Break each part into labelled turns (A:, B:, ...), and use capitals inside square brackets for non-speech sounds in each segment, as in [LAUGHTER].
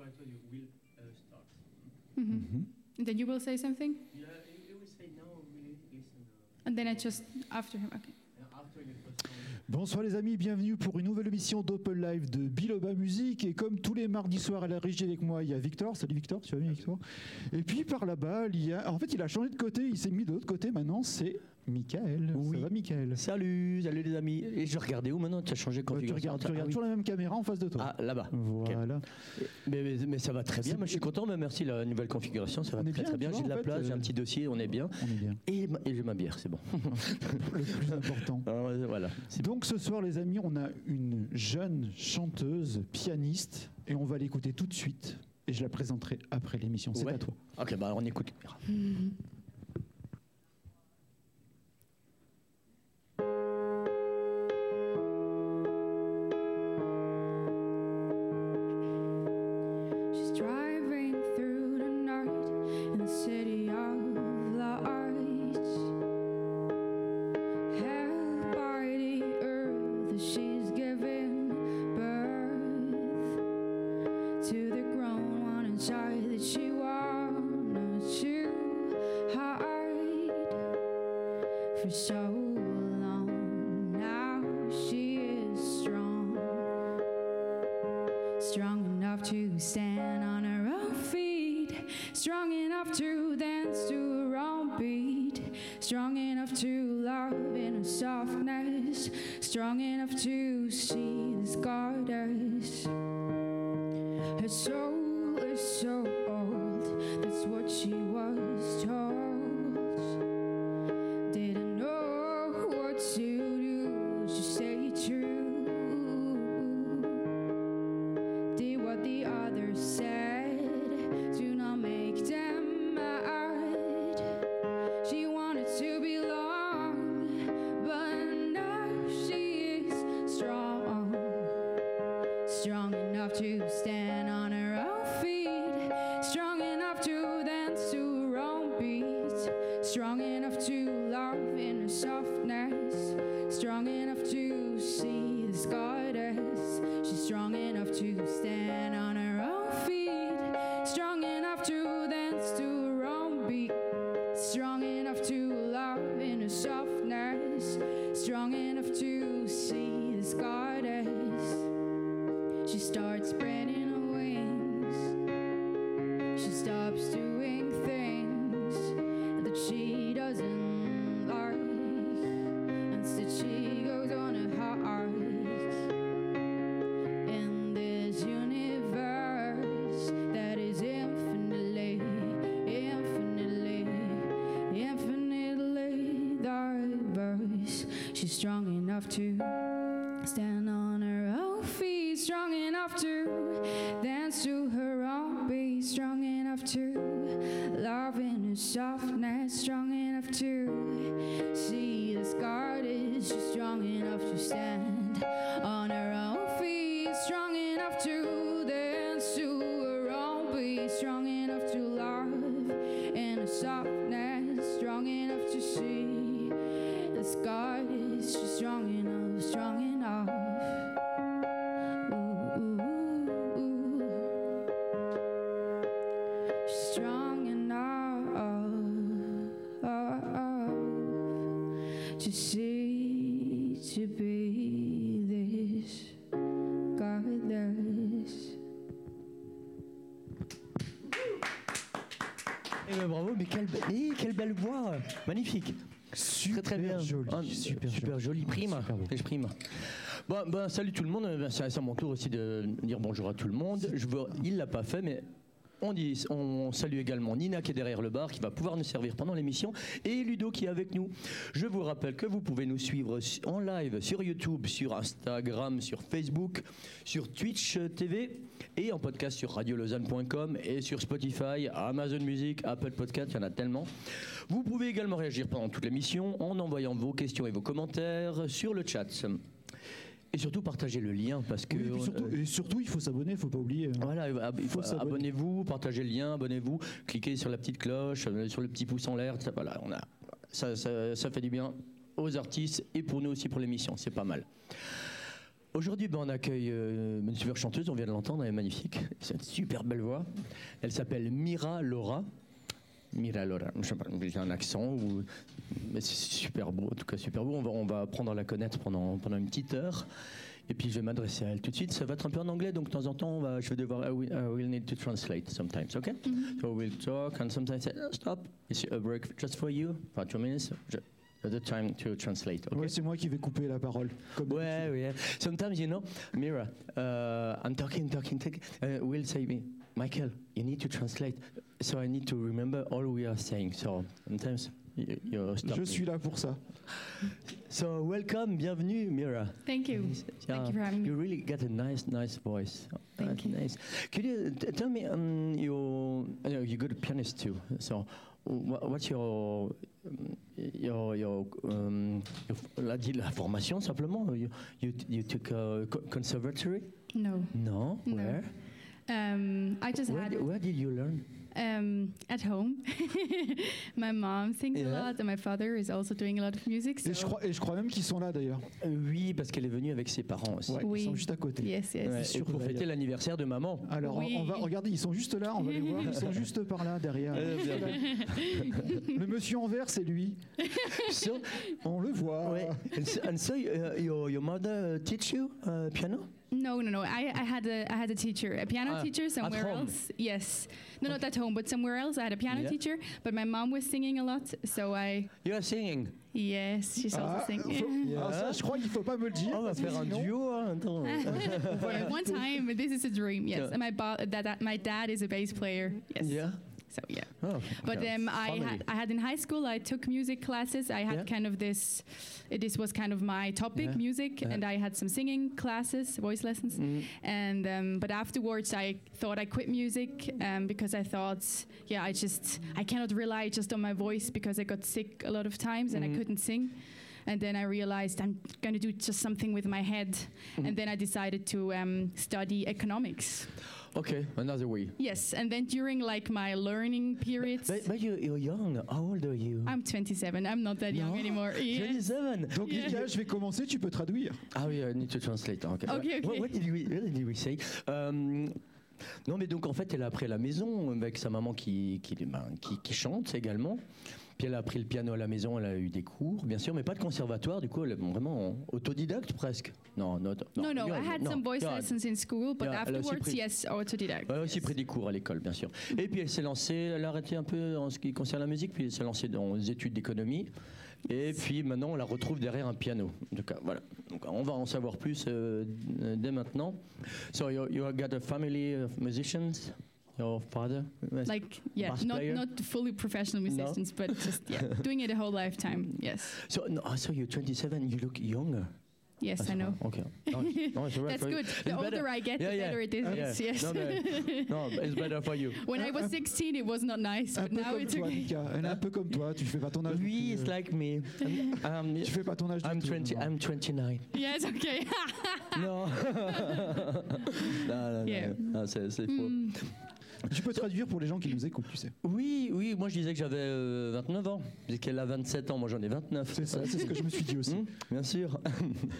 A: until you will uh, start.
B: Mhm.
C: Mhm.
B: And then you will say something,
A: Yeah, it, it will say now meditation. Uh,
B: and then I just after him. Okay.
A: and uh, after you first one.
C: Bonsoir les amis, bienvenue pour une nouvelle émission d'Open Live de Biloba Musique. Et comme tous les mardis soirs à la régie avec moi, il y a Victor. Salut Victor, tu vas bien Victor Et puis par là-bas, il y a... En fait, il a changé de côté, il s'est mis de l'autre côté. Maintenant, c'est Michael.
D: Oui.
C: Ça va Michael
D: Salut, salut les amis. Et je regardais où maintenant Tu as changé de
C: Bah, Tu
D: configuration
C: regardes, tu
D: Ah
C: regardes
D: oui.
C: toujours la même caméra en face de toi.
D: Ah, là-bas.
C: Voilà.
D: Mais, mais- mais ça va très bien.
C: C'est-
D: Moi, je suis content. Mais merci, la nouvelle configuration, ça va
C: On est
D: très, très
C: bien,
D: bien.
C: tu
D: J'ai de
C: vois,
D: la
C: en fait,
D: place, j'ai
C: euh,
D: un petit dossier, on est bien.
C: On
D: [LAUGHS]
C: est bien.
D: Et, ma- et j'ai ma bière, c'est bon.
C: Le plus important.
D: Alors, euh, voilà. C'est
C: Donc ce soir les amis, on a une jeune chanteuse, pianiste, et on va l'écouter tout de suite. Et je la présenterai après l'émission. C'est
D: Ouais.
C: à toi.
D: Ok, bah on écoute.
B: She's driving through the night in the city of lights. Held by the earth as she's giving birth to the grown one inside that she wanted to hide for so long. Now she is strong strong enough to stand on her own feet, strong enough to dance to her own beat, strong enough to love in her softness, strong enough to see this goddess. Her soul is so old, that's what she was told. Didn't know what to do, just stay true. Did what the others said. Do not make them mad. She wanted to belong, but now she is strong. Strong enough to stand on her own feet. Strong enough to dance to her own beat. Strong enough to love in her softness. Strong enough to see this goddess. She's strong enough to stand on her own feet. Strong enough to dance to her own beat. Strong enough to love in her softness. Strong enough to see this goddess. She starts spreading her wings. She stops doing things that she doesn't like. Instead, she goes on a hike. In this universe that is infinitely, infinitely, infinitely diverse, she's strong enough to stand on her own feet, strong enough to dance to her own beat, strong enough to love in her softness, strong enough to see the scarred is just strong enough to stand on her own feet, strong enough to dance to her own beat, strong enough to love in her softness, strong enough to see. This God is just strong enough, strong enough. Ooh, ooh, ooh. She's strong enough to see to be this goddess.
C: Eh
D: Et
C: ben,
D: bravo, mais quelle, be- eh, quelle belle voix Magnifique
C: Super
D: Très très bien.
C: joli,
D: Ah,
C: super,
D: super joli. Prime.
C: Super beau.
D: Et je prime. Bon, ben, salut tout le monde. Ben, C'est c'est à mon tour aussi de dire bonjour à tout le monde. Je veux, il l'a pas fait, mais. On, dit, on salue également Nina qui est derrière le bar, qui va pouvoir nous servir pendant l'émission, et Ludo qui est avec nous. Je vous rappelle que vous pouvez nous suivre su- en live sur YouTube, sur Instagram, sur Facebook, sur Twitch TV, et en podcast sur radiolausanne.com, et sur Spotify, Amazon Music, Apple Podcast, il y en a tellement. Vous pouvez également réagir pendant toute l'émission en envoyant vos questions et vos commentaires sur le chat. Et surtout, partagez le lien parce que.
C: Oui, et, puis surtout,
D: euh,
C: et surtout, il faut s'abonner, il faut pas oublier. hein.
D: voilà, ab-
C: faut
D: ab-
C: s'abonner.
D: abonnez-vous, partagez le lien, abonnez-vous, cliquez sur la petite cloche, euh, sur le petit pouce en l'air. ça, Voilà, on a, ça, ça- ça fait du bien aux artistes et pour nous aussi pour l'émission, c'est pas mal. Aujourd'hui, ben, on accueille euh, une super chanteuse, on vient de l'entendre, elle est magnifique. C'est une super belle voix. Elle s'appelle Mira Laura. Mira Laura, je sais pas, j'ai un accent ou. Mais c'est super beau, en tout cas super beau. On va, on va apprendre à la connaître pendant, pendant une petite heure. Et puis je vais m'adresser à elle tout de suite. Ça va être un peu en anglais, donc de temps en temps, on va, je vais devoir. I will, I will need to translate sometimes, okay? So we'll talk and sometimes say, "Oh, stop, it's a break just for you, for two minutes, ju- the time to translate, okay?
C: Ouais, c'est moi qui vais couper la parole. Comme
D: Ouais, yeah. Sometimes, you know, Mira, uh, I'm talking, talking, talking. Uh, will say me, Michael, you need to translate. So I need to remember all we are saying. So sometimes you, you
C: d'habitude.
D: stop.
C: Je
D: me.
C: suis là pour ça.
D: So welcome, bienvenue, Mira.
B: Thank you.
D: Yeah,
B: Thank you for having me.
D: you really got a nice, nice voice. Uh,
B: Thank you.
D: Nice. Could you t- tell me, um, you, you know, you're good at pianist too. So, wha- what's your, um, your, your, um, your f- la, dit la formation simplement? You, you, t- you took a co- conservatory?
B: No.
D: No.
B: No.
D: Where?
B: Um, I just
D: Where,
B: had
D: di- where did you learn?
B: um, at home. [LAUGHS] my mom sings a
D: Yeah.
B: lot, and my father is also doing a lot of music. So
C: Et je crois, et je crois même qu'ils sont là d'ailleurs.
D: Euh, Oui, parce qu'elle est venue avec ses parents aussi.
C: Ouais,
B: Oui.
C: Ils sont juste à côté.
B: yes, yes.
D: Ouais,
C: c'est
D: et
C: sûr,
D: pour fêter
C: d'ailleurs.
D: l'anniversaire de
B: [LAUGHS]
D: maman.
C: Alors, on- on va
B: Oui.
C: regarder, ils sont juste là, on va les voir.
B: [LAUGHS]
C: Ils sont juste par là, derrière. Le monsieur en vert, c'est lui.
D: So,
C: On le voit.
D: ouais. And so, and so, uh, your, your mother uh, teach you uh, piano?
B: No, no, no. I, I had a I had a teacher, a piano
D: Ah,
B: teacher somewhere
D: home.
B: else. Yes, no, not at home, but somewhere else. I had a piano
D: Yeah.
B: teacher, but my mom was singing a lot, so I
D: You are singing.
B: yes, she's
C: Ah,
B: also singing.
C: faut- ah, ça, je crois qu'il faut pas me le dire.
D: Oh, On va
C: parce que
D: faire un
C: sinon-
D: duo. hein,
B: [LAUGHS]
D: attends.
B: Ah. Yeah, one time, but this is a dream. Yes,
D: Yeah.
B: and my ba- that, that my dad is a bass player. Yes.
D: Yeah.
B: So yeah.
D: Oh,
B: But
D: yeah.
B: um, I
D: Family.
B: had I had in high school I took music classes. I had
D: Yeah.
B: kind of this, this was kind of my topic,
D: Yeah. Uh-huh.
B: music,
D: Yeah.
B: and I had some singing classes, voice lessons.
D: Mm.
B: and um, but afterwards i thought i quit music um, because i thought yeah i just i cannot rely just on my voice because i got sick a lot of times and
D: Mhm.
B: i couldn't sing and then i realized i'm going to do just something with my head
D: Mhm.
B: and then i decided to um, study economics
D: Okay, another way.
B: yes and then during like my learning periods
D: But, but you, you're young. How old are you?
B: i'm 27 i'm not that
D: No.
B: young anymore yeah.
D: 27.
C: Donc,
B: Yeah.
C: Mika, je vais commencer, tu peux traduire.
D: Ah oui, I need to translate. Okay.
B: Okay,
D: What,
B: okay.
D: what did we, what did we say? Um, non, mais donc en fait, elle a appris à la maison avec sa maman qui, qui, ben, qui, qui chante également. Puis elle a appris le piano à la maison, elle a eu des cours, bien sûr, mais pas de conservatoire. Du coup, elle est vraiment autodidacte presque. Non, non,
B: no no i
D: regarde,
B: had
D: non,
B: some voice
D: regarde.
B: lessons in school but
D: Yeah, elle a aussi
B: afterwards
D: pris-
B: yes autodidact
D: Elle a aussi
B: yes.
D: pris des cours à l'école, bien sûr. Et puis elle s'est lancée, elle a arrêté un peu en ce qui concerne la musique, puis elle s'est lancée dans les études d'économie. Et puis maintenant, on la retrouve derrière un piano. En tout cas, voilà. Donc on va en savoir plus euh, d- dès maintenant. So you, you got a family of musicians, your father?
B: like yeah
D: Bass
B: not
D: player?
B: not fully professional musicians but just
D: [LAUGHS]
B: yeah doing it a whole lifetime yes
D: So, no, oh, so you're 27, you look Ah, younger.
B: yes
D: That's
B: i know
D: fine.
B: [LAUGHS]
D: Okay. No, no, it's all right
B: that's
D: for you.
B: good the
D: better.
B: older i get
D: Yeah,
B: the
D: yeah.
B: better it is
D: Ah, Yeah.
B: yes, yes.
D: No,
B: [LAUGHS]
D: Uh, but- no, but it's better for you.
B: when i was 16 it was not nice
C: Un
B: but
C: peu
B: now
C: comme
B: it's
C: toi,
B: okay
C: Mika. Elle est un peu comme toi, tu fais pas ton âge. non
D: Oui,
C: plus,
D: it's
C: euh,
D: like me. I'm-
C: [LAUGHS]
D: I'm-
C: Tu fais pas ton âge. du
D: I'm
C: tout,
D: 20,
C: non.
D: I'm 29.
B: [LAUGHS] yes okay
D: Non. [LAUGHS] non, non,
B: Yeah.
D: non, non, c'est c'est faux.
B: Mm.
C: Tu peux traduire pour les gens qui nous écoutent, tu sais.
D: Oui, oui, moi je disais que j'avais euh, 29 ans, puisqu'elle a 27 ans, moi j'en ai 29.
C: C'est ça, c'est ce que je me suis dit aussi.
D: Hmm, bien sûr. [LAUGHS]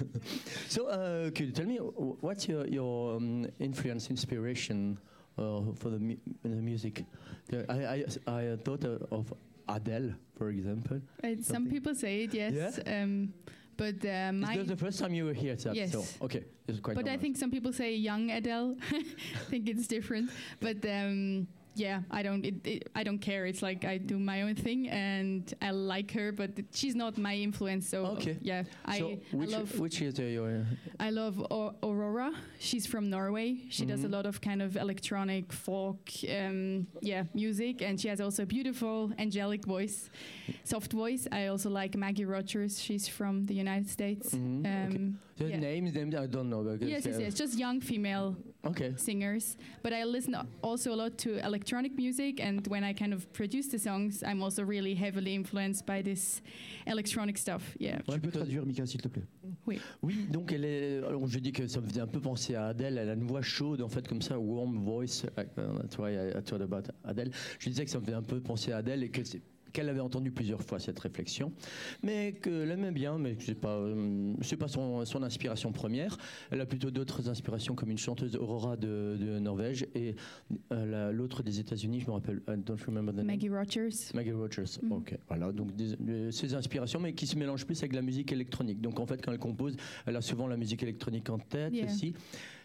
D: so, uh, could you tell me wh- what's your, your um, influence, inspiration uh, for the, mu the music? The- I, I, I thought uh, of Adele, for example.
B: Uh, some
D: Something.
B: people say it yes um but uh,
D: Is
B: my
D: that the first time you were here, that,
B: Yes.
D: so okay, it's quite.
B: but i
D: normal.
B: think some people say young adele [LAUGHS] i think it's different but um yeah i don't it, it, i don't care it's like i do my own thing and i like her but she's not my influence so
D: Okay.
B: yeah i,
D: so
B: I
D: which,
B: love
D: which is uh, your
B: i love o- aurora she's from norway she does a
D: Mhm.
B: lot of kind of electronic folk um, yeah music and she has also a beautiful angelic voice soft voice i also like maggie rogers she's from the united states
D: Mhm, okay.
B: um,
D: the
B: yeah.
D: names? Names I don't know. because,
B: yes yes
D: uh,
B: yes just young female
D: Okay.
B: singers, but I listen a- also a lot to electronic music. And when I kind of produce the songs, I'm also really heavily influenced by this electronic stuff. Yeah.
D: Ouais,
C: Tu peux
D: plutôt-
C: traduire, Mika, s'il te plaît.
D: Oui, donc elle est. Alors je dis que ça me faisait un peu penser à Adele. Elle a une voix chaude, en fait, comme ça, euh, warm voice. like, uh, That's why I I thought about Adele. Je disais que ça me faisait un peu penser à Adele et que c'est qu'elle avait entendu plusieurs fois cette réflexion, mais qu'elle aimait bien, mais que c'est pas, euh, c'est pas son, son inspiration première. Elle a plutôt d'autres inspirations comme une chanteuse Aurora de, de Norvège et euh, la- l'autre des États-Unis, je me rappelle, I don't remember the name.
B: Maggie Rogers.
D: Maggie Rogers,
B: Mhm.
D: ok. Voilà, donc des- euh, ses inspirations, mais qui se mélangent plus avec de la musique électronique. Donc en fait, quand elle compose, elle a souvent la musique électronique en tête
B: Yeah.
D: aussi.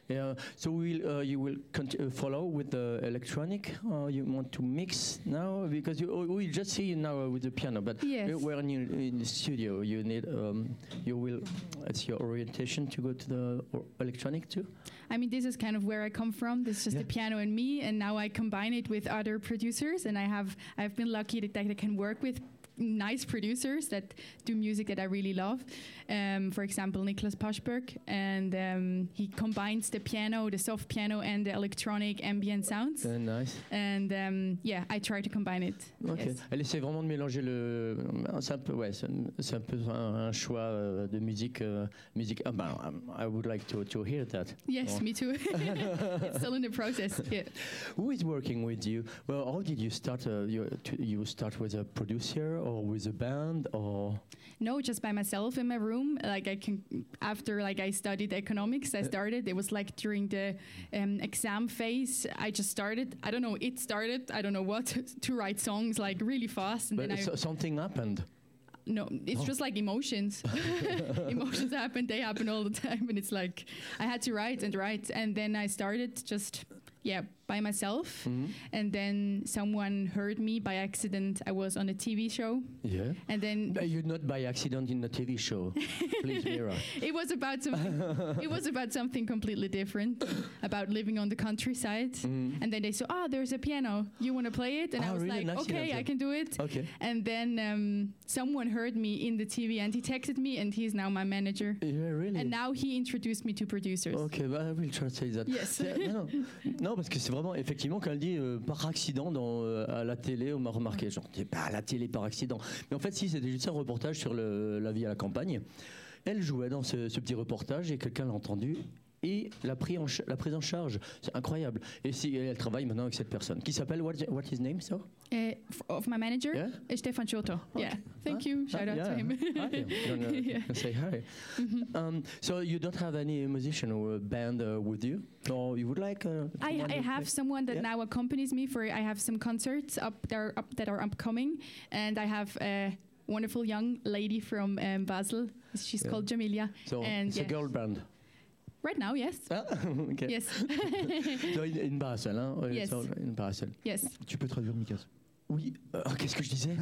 D: Et, euh, so we'll, uh, you will conti- uh, follow with the electronic. or you want to mix now because you oh, we just see you now uh, with the piano, but
B: Yes.
D: uh, when you in the studio, you need um, you will. It's your orientation to go to the or- electronic too.
B: I mean, this is kind of where I come from. This is just
D: Yeah.
B: the piano and me, and now I combine it with other producers, and I have I've been lucky that, that I can work with nice producers that do music that I really love. Um, for example, Niklas Paschberg, and um, he combines the piano, the soft piano, and the electronic ambient sounds.
D: Uh, nice.
B: And um, yeah, I try to combine it.
D: Ok.
B: Yes.
D: Elle essaie vraiment de mélanger le. C'est un peu, ouais, c'est un- c'est un peu un, un choix euh, de musique, euh, musique. Ah ben, um, I would like to to hear that.
B: Yes,
D: Oh.
B: me too. [LAUGHS] it's still in the process. Yeah.
D: Who is working with you? Well, how did you start? Uh, you to- you start with a producer or with a band or?
B: No, just by myself in my room. Like I can, after like I studied economics, I
D: Uh,
B: started. It was like during the um, exam phase. I just started. I don't know. It started. I don't know what [LAUGHS] to write songs like really fast, and
D: But
B: then I
D: so- something happened.
B: no. It's
D: Oh.
B: just
D: [LAUGHS]
B: like emotions. [LAUGHS] emotions happen. They happen all the time, and it's like I had to write and write, and then I started just yeah by myself,
D: Mhm.
B: and then someone heard me by accident. I was on a TV show,
D: Yeah.
B: and then
D: Uh, You're not by accident in a TV
B: [LAUGHS]
D: show. Please, Mira.
B: It was about something. it was about something completely different, about living on the countryside.
D: Mm.
B: And then they said, "Ah, there's a piano. You want to play it?" And
D: Ah,
B: I was
D: really?
B: like,
D: Nice
B: "Okay,
D: idea. Oh.
B: I can do it."
D: Okay.
B: And then um, someone heard me in the TV, and he texted me, and he's now my manager.
D: Yeah, really.
B: And now he introduced me to producers.
D: Ok, bah, I will translate that.
B: Yes.
D: C'est-
B: [LAUGHS]
D: Non, non. Non, parce que c'est vraiment, effectivement, quand elle dit euh, par accident dans, euh, à la télé, on m'a remarqué, genre, t'es pas à la télé par accident. Mais en fait, si, c'était juste un reportage sur le- la vie à la campagne. Elle jouait dans ce, ce petit reportage et quelqu'un l'a entendu et l'a pris en, ch- l'a prise en charge. C'est incroyable. Et si, elle travaille maintenant avec cette personne qui s'appelle, what, what his name, so?
B: Uh, f- of my manager,
D: Yeah?
B: uh, Stefan Giotto. Yeah. Thank you. Shout out to
D: Ah, Yeah.
B: him. [LAUGHS]
D: Hi. You don't know, you
B: Yeah. Mm-hmm.
D: can say hi. Um, so you don't have any musician or band uh, with you, or you would like? Uh,
B: I,
D: someone
B: I
D: to
B: have someone that
D: Yeah.
B: now accompanies me for I have some concerts up there up that are upcoming, and I have a wonderful young lady from um, Basel. She's
D: Yeah.
B: called Jamilia.
D: play? So
B: and
D: it's a
B: yes.
D: girl band.
B: Right now, yes,
D: Ah, okay. [LAUGHS]
B: yes,
D: So in, in Basel, hein? uh,
B: Yes.
D: so in Basel.
B: yes.
C: Tu peux traduire Mikas.
D: Oui. euh, Qu'est-ce que je disais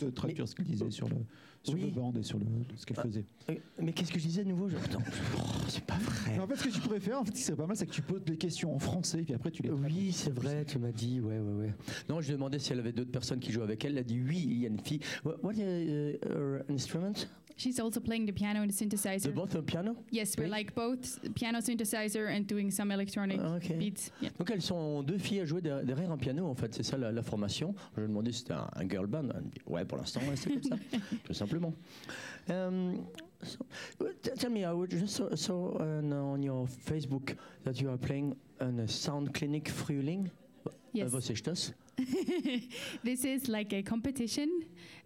C: Je te traduire
D: Mais-
C: ce qu'elle disait sur le, sur
D: Oui.
C: le band et sur le, ce qu'elle
D: Ah.
C: faisait.
D: Euh, Mais qu'est-ce que je disais de nouveau Je- Attends, oh, c'est pas vrai.
C: Mais en fait, ce que tu pourrais faire, en fait, ce qui serait pas mal, c'est que tu poses des questions en français, puis après tu
D: [LAUGHS]
C: les traduis.
D: Oui, c'est vrai, tu m'as dit, ouais, ouais, ouais. Non, je demandais si elle avait d'autres personnes qui jouaient avec elle. Elle a dit oui, il y a une fille. What, what uh, her instrument?
B: She's also playing the piano and the
D: The
B: synthesizer.
D: both on piano?
B: yes, we're
D: Really?
B: like both piano synthesizer and doing some electronic
D: Ah, ok.
B: beats. Yeah.
D: Donc elles sont deux filles à jouer der- derrière un piano, en fait, c'est ça la, la formation. Je lui ai demandé si c'était un, un girl band. Elle me dit, ouais, pour l'instant, ouais, c'est comme
B: [LAUGHS]
D: ça, tout simplement. Um, so, uh, t- tell me, I would just saw, saw on, on your Facebook that you are playing on a sound clinic Frühling. Uh,
B: Yes.
D: was ist das?
B: this is like a competition.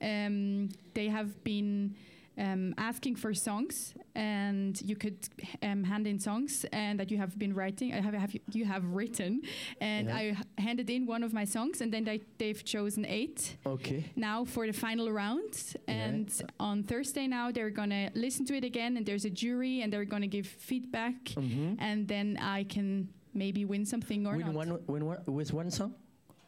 B: Um, they have been um, asking for songs, and you could um, hand in songs, and that you have been writing. I have, have you, you have written, and
D: Yeah.
B: I h- handed in one of my songs, and then they, they've chosen eight
D: Ok.
B: now for the final round.
D: Yeah.
B: And on Thursday now they're gonna listen to it again, and there's a jury, and they're gonna give feedback,
D: Mhm.
B: and then I can maybe win something or
D: Win
B: not.
D: one, win one, with one song?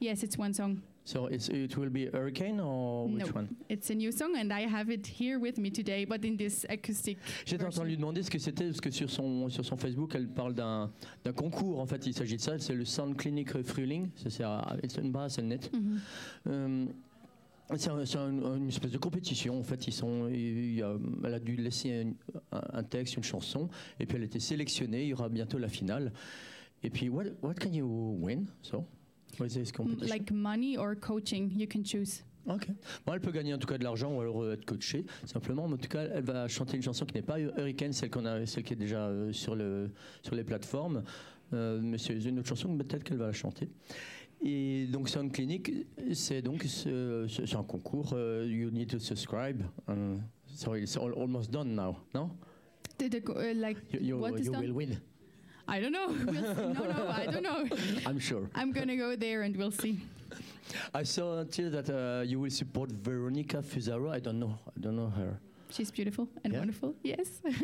B: Yes, it's one song.
D: So it's, it will be Hurricane or which
B: No.
D: one?
B: It's a new song and I have it here with me today, but in this acoustic.
D: J'étais en train de lui demander ce que c'était, parce que sur son, sur son Facebook, elle parle d'un d'un concours, en fait, il s'agit de ça, c'est le Sound Clinic Frühling, ça c'est à Elsenbass, net.
B: Mhm.
D: Euh, c'est un- c'est un- une espèce de compétition, en fait, ils sont, il y a- elle a dû laisser une- un, un texte, une chanson, et puis elle a été sélectionnée, il y aura bientôt la finale. Et puis, what, what can you win, so? What is this
B: M-
D: competition?
B: Like money or coaching, you can choose.
D: Ok. Bon, elle peut gagner en tout cas de l'argent ou alors euh, être coachée, simplement. Mais en tout cas, elle va chanter une chanson qui n'est pas euh, Hurricane, celle, qu'on a, celle qui est déjà euh, sur, le, sur les plateformes. Euh, mais c'est une autre chanson, mais peut-être qu'elle va la chanter. Et donc Sound Clinic, c'est donc ce- ce- c'est un concours. euh, you need to subscribe. euh, so it's al- almost done now. No,
B: The- the co- uh, like
D: you, you,
B: what is
D: you
B: done?
D: will win.
B: I
D: [LAUGHS]
B: don't know. We'll see. no, no, I don't know.
D: I'm sure.
B: I'm gonna go there and we'll see.
D: I saw until that uh, you will support Veronica Fusaro. I don't know. I don't know her.
B: She's beautiful and
D: Yeah.
B: wonderful. Yes. [LAUGHS] Eh?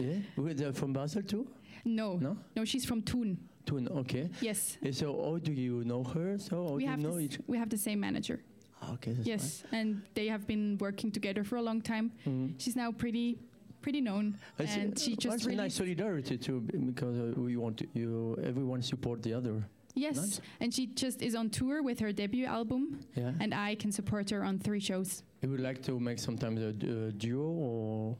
D: Yeah, with, uh, from Basel too.
B: no, no,
D: No,
B: she's from Thun.
D: Tune. Okay.
B: Yes.
D: And so, how do you know her? So, how
B: we
D: do Oh, you
B: have
D: know
B: the s-
D: each?
B: we have the same manager.
D: Ah, Okay. That's
B: yes, and they have been working together for a long time.
D: fine. Mhm.
B: She's now pretty pretty known,
D: It's-
B: and she
D: well,
B: just
D: it's a
B: really
D: nice solidarity too, b- because uh, we want to- you. Everyone support the other.
B: yes,
D: nice.
B: and she just is on tour with her debut album,
D: Yeah.
B: and I can support her on three shows.
D: You would like to make sometimes a, d- a duo or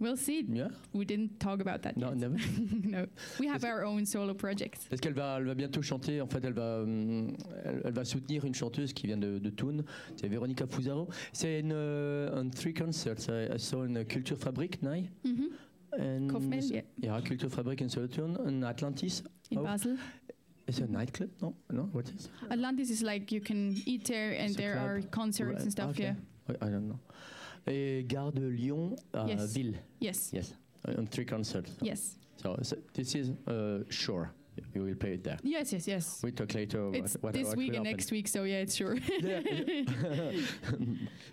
B: We'll see.
D: yeah?
B: We didn't talk about that.
D: Non,
B: yet.
D: never.
B: [LAUGHS] no, we have
D: Is it-
B: our own solo projects.
D: Parce qu'elle va, elle va bientôt chanter. En fait, elle va, hum, elle, elle va soutenir une chanteuse qui vient de, de Thun. C'est Veronica Fusaro. C'est une, euh, un three concerts. I, I saw in uh, Culture Fabric night.
B: hmm
D: And
B: Kaufman, yeah,
D: yeah, Culture Fabric in Solothurn and Atlantis.
B: in
D: Oh.
B: Basel.
D: It's a nightclub, no? No, what is?
B: Atlantis is like you can eat there, and
D: It's a
B: there
D: club.
B: are concerts
D: Right,
B: and stuff.
D: okay.
B: Yeah.
D: I I don't know. Et Gare de Lyon à
B: Yes.
D: Ville.
B: Yes.
D: Yes. Uh, On three concerts.
B: Yes.
D: So, so this is uh, sure you will play it there.
B: Yes. Yes. Yes.
D: We talk later. what-
B: It's
D: what,
B: this
D: what
B: week
D: will
B: and
D: happen.
B: next week, so yeah, it's sure. [LAUGHS]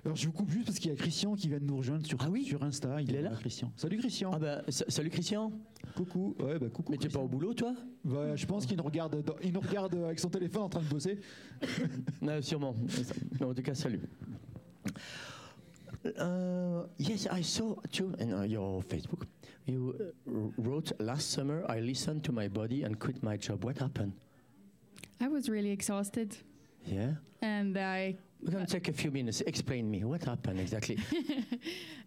C: Alors je vous coupe juste parce qu'il y a Christian qui vient de nous rejoindre sur,
D: Ah oui
C: sur Insta.
D: Il est là
C: Christian. Salut Christian.
D: Ah bah, sa- salut Christian.
C: Coucou. Ouais, bah coucou.
D: Mais tu es pas
C: Christian.
D: au boulot,
B: [LAUGHS]
D: toi
C: Bah, je
D: Ah.
C: pense qu'il nous regarde, dans- il nous regarde avec son téléphone en train de bosser.
D: Non, sûrement. Mais en tout cas, salut. Uh, yes, I saw too in uh, your Facebook. You uh, wrote last summer. I listened to my body and quit my job. What happened?
B: I was really exhausted,
D: Yeah.
B: and I
D: We're gonna take a few minutes. Explain me what happened exactly.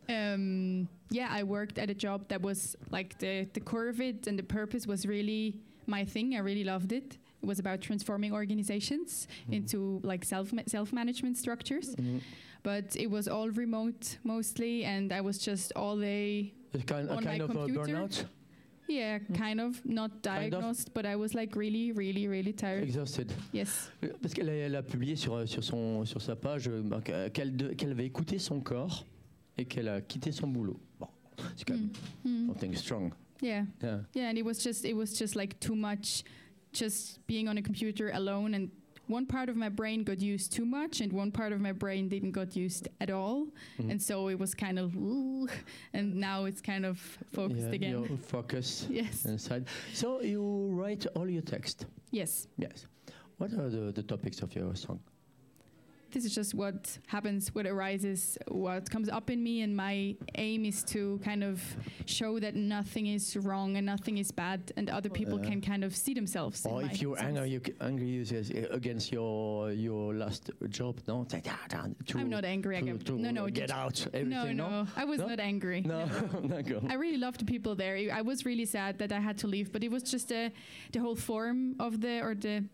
B: um, yeah, I worked at a job that was like the, the core of it and the purpose was really my thing. I really loved it. It was about transforming organizations into like self self management structures,
D: Mhm.
B: but it was all remote mostly, and I was just all day.
D: It's kind, a
B: On my
D: kind of a
B: computer?
D: burnout,
B: Yeah, Mm-hmm. kind of not
D: of.
B: diagnosed, but I was like really, really, really tired.
D: exhausted.
B: Yes.
D: Euh, Parce qu'elle a, elle a publié sur, euh, sur, son, sur sa page euh, bah, que- qu'elle de- qu'elle avait écouté son corps et qu'elle a quitté son boulot. Bon, c'est quand même
B: Mm.
D: something strong.
B: Yeah.
D: Yeah.
B: Yeah, and it was just it was just like too much, just being on a computer alone, and one part of my brain got used too much, and one part of my brain didn't got used at all,
D: Mhm.
B: and so it was kind of, [LAUGHS] "Ooh," and now it's kind of focused
D: Yeah,
B: again.
D: you're focused
B: [LAUGHS] Yes.
D: inside. So you write all your text.
B: Yes.
D: Yes. What are the, the topics of your song?
B: This is just what happens, what arises, what comes up in me, and my aim is to kind of show that nothing is wrong and nothing is bad, and other people
D: Yeah.
B: can kind of see themselves. in
D: or
B: my
D: if you're
B: songs.
D: angry, you c- angry you says, uh, against your your last job, no? Ta- ta- ta- To,
B: I'm not angry. I
D: To,
B: get,
D: to
B: no, no,
D: get
B: just-
D: out. Everything,
B: no, no, I was
D: No?
B: not
D: [LAUGHS]
B: angry.
D: No, [LAUGHS] d'accord.
B: I really loved the people there. I- I was really sad that I had to leave, but it was just the the whole form of the or the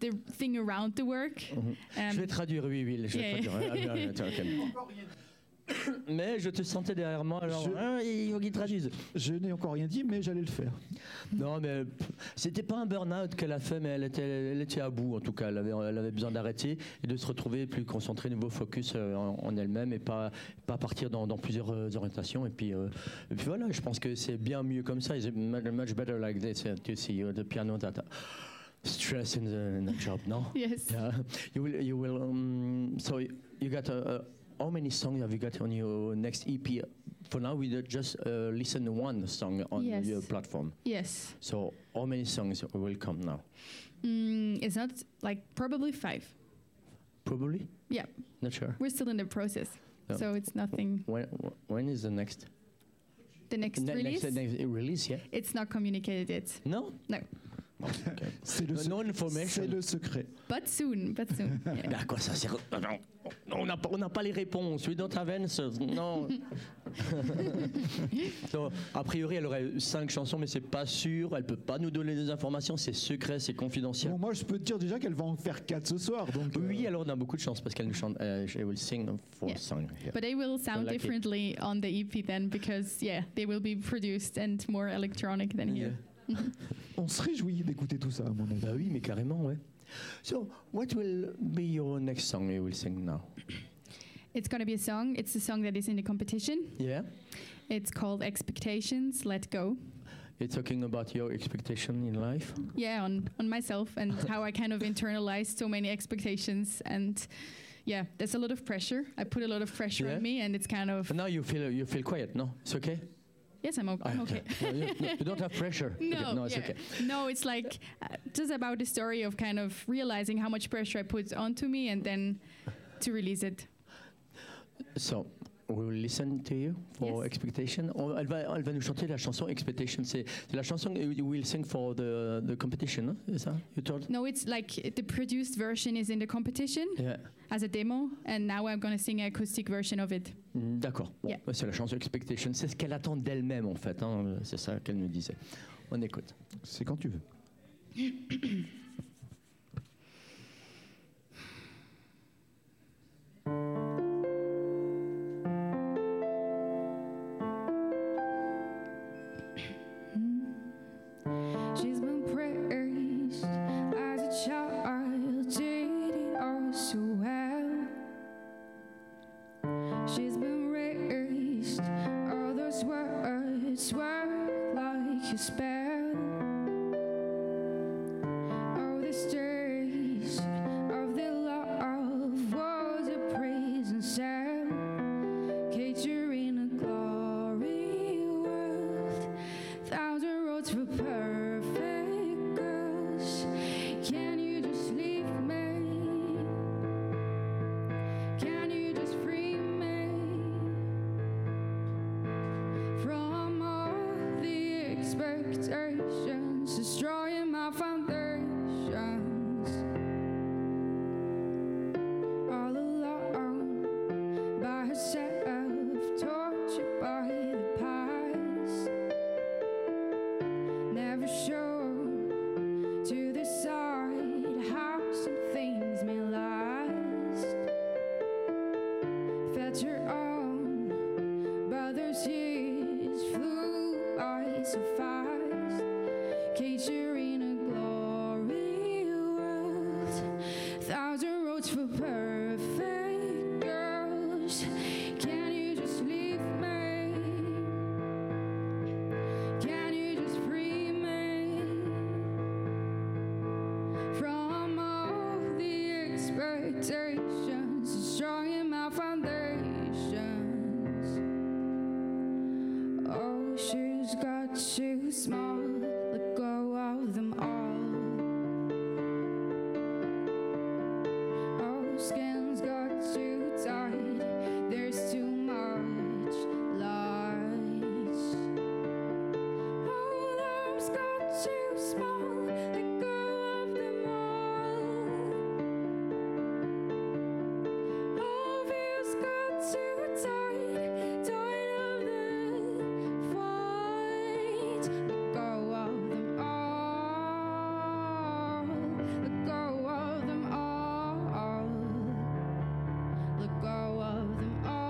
B: the thing around the work.
D: Mhm.
B: Um,
D: Je vais traduire, oui, oui, je vais
B: Yeah, yeah.
D: traduire. Ah, bien, tiens, calme. Mais je te sentais derrière moi, alors
C: Je-
D: hein, il faut qu'ils traduisent.
C: Je n'ai encore rien dit, mais j'allais le faire.
D: Non, mais pff, c'était pas un burn-out qu'elle a fait, mais elle était, elle était à bout en tout cas. Elle avait, elle avait besoin d'arrêter et de se retrouver plus concentrée, nouveau focus euh, en, en elle-même et pas, pas partir dans, dans plusieurs euh, orientations. Et puis, euh, et puis voilà, je pense que c'est bien mieux comme ça. It's much much better like this. uh, To see uh, the piano that uh, stress in the, in the job, non?
B: yes,
D: Yeah, [LAUGHS] you will. You will. Um, so y- you got uh, uh, how many songs have you got on your next EP? For now, we did just uh, listen to one song on
B: Yes.
D: your platform.
B: yes.
D: So how many songs will come now?
B: Mm, it's not like probably five.
D: Probably.
B: Yeah.
D: Not sure.
B: We're still in the process,
D: Yeah.
B: so it's nothing.
D: When wh- when is the next
B: The next
D: ne-
B: release,
D: next, next release? Yeah.
B: it's not communicated yet,
D: No.
B: No.
D: Okay.
C: C'est le,
D: No,
C: secret.
D: no
C: C'est
D: information.
C: le secret.
B: but soon, but
D: [LAUGHS]
B: soon. yeah.
D: Mais Eh à quoi ça sert Non, non, On n'a pas, on n'a pas les réponses. Oui, dans ta veine, ce- non. Donc, a priori, elle aurait cinq chansons, mais c'est pas sûr. Elle peut pas nous donner des informations. C'est secret, c'est confidentiel.
C: Bon, moi, je peux te dire déjà qu'elle va en faire 4 ce soir. Donc, euh,
D: Oui, alors on a beaucoup de chance parce qu'elle nous chante. euh, she will sing four
B: Yeah.
D: songs here.
B: But they will sound
D: like it.
B: differently on the EP then, because yeah, they will be produced and more electronic than here.
C: on se réjouit d'écouter tout ça, à mon avis.
D: Bah oui, mais carrément, ouais. So, what will be your next song you will sing now?
B: It's going to be a song. It's the song that is in the competition.
D: Yeah,
B: It's called Expectations, Let Go.
D: it's talking about your expectation in life.
B: Yeah, on, on myself and how I kind of internalized so many expectations. And yeah, there's a lot of pressure. I put a lot of pressure
D: Yeah.
B: on me, and it's kind of,
D: But now you feel you feel quiet. No, it's okay. Ah,
B: yes, I'm, o- I'm okay.
D: No, you, no, you don't have pressure. Okay,
B: [LAUGHS] No,
D: no, it's
B: yeah.
D: okay.
B: No, it's like uh, just about the story of kind of realizing how much pressure I put onto me and then to release it.
D: So, we will listen to you for
B: Yes.
D: expectation. On- Elle va, elle va nous chanter la chanson expectation. C'est c'est la chanson que you will sing for the the competition. hein, C'est ça? You told.
B: No, it's like uh, the produced version is in the competition
D: Yeah.
B: as a demo, and now I'm going to sing an acoustic version of it.
D: Mm, D'accord. Bon,
B: Yeah.
D: bah, C'est la chanson expectation. C'est ce qu'elle attend d'elle-même en fait. hein, C'est ça qu'elle nous disait. On écoute.
C: C'est quand tu veux.
E: She's been praised as a child, treated all so well. She's been raised, all those words work like a spell. All the days of the love was a prison cell, catering a glory world. Thousand roads for perfect girls. Can you just leave me? Can you just free me from all the expectations destroying my foundations? All alone by herself, tortured by the past never show to the side how some things may last. Felt your own, but those years flew by so fast. Cage you're in a glory world, thousand roads for perfect girls. Can you just leave me? Can you just free me from all the expectations destroying my foundations? Oh, she's got too small. Let go of them all. Oh, skin's got too tight. There's too much light. Arms got too small, let go of them all. Obvious got too tight, tired of the fight. Let go of them all, let go of them all. Let go of them all. Let go of them all.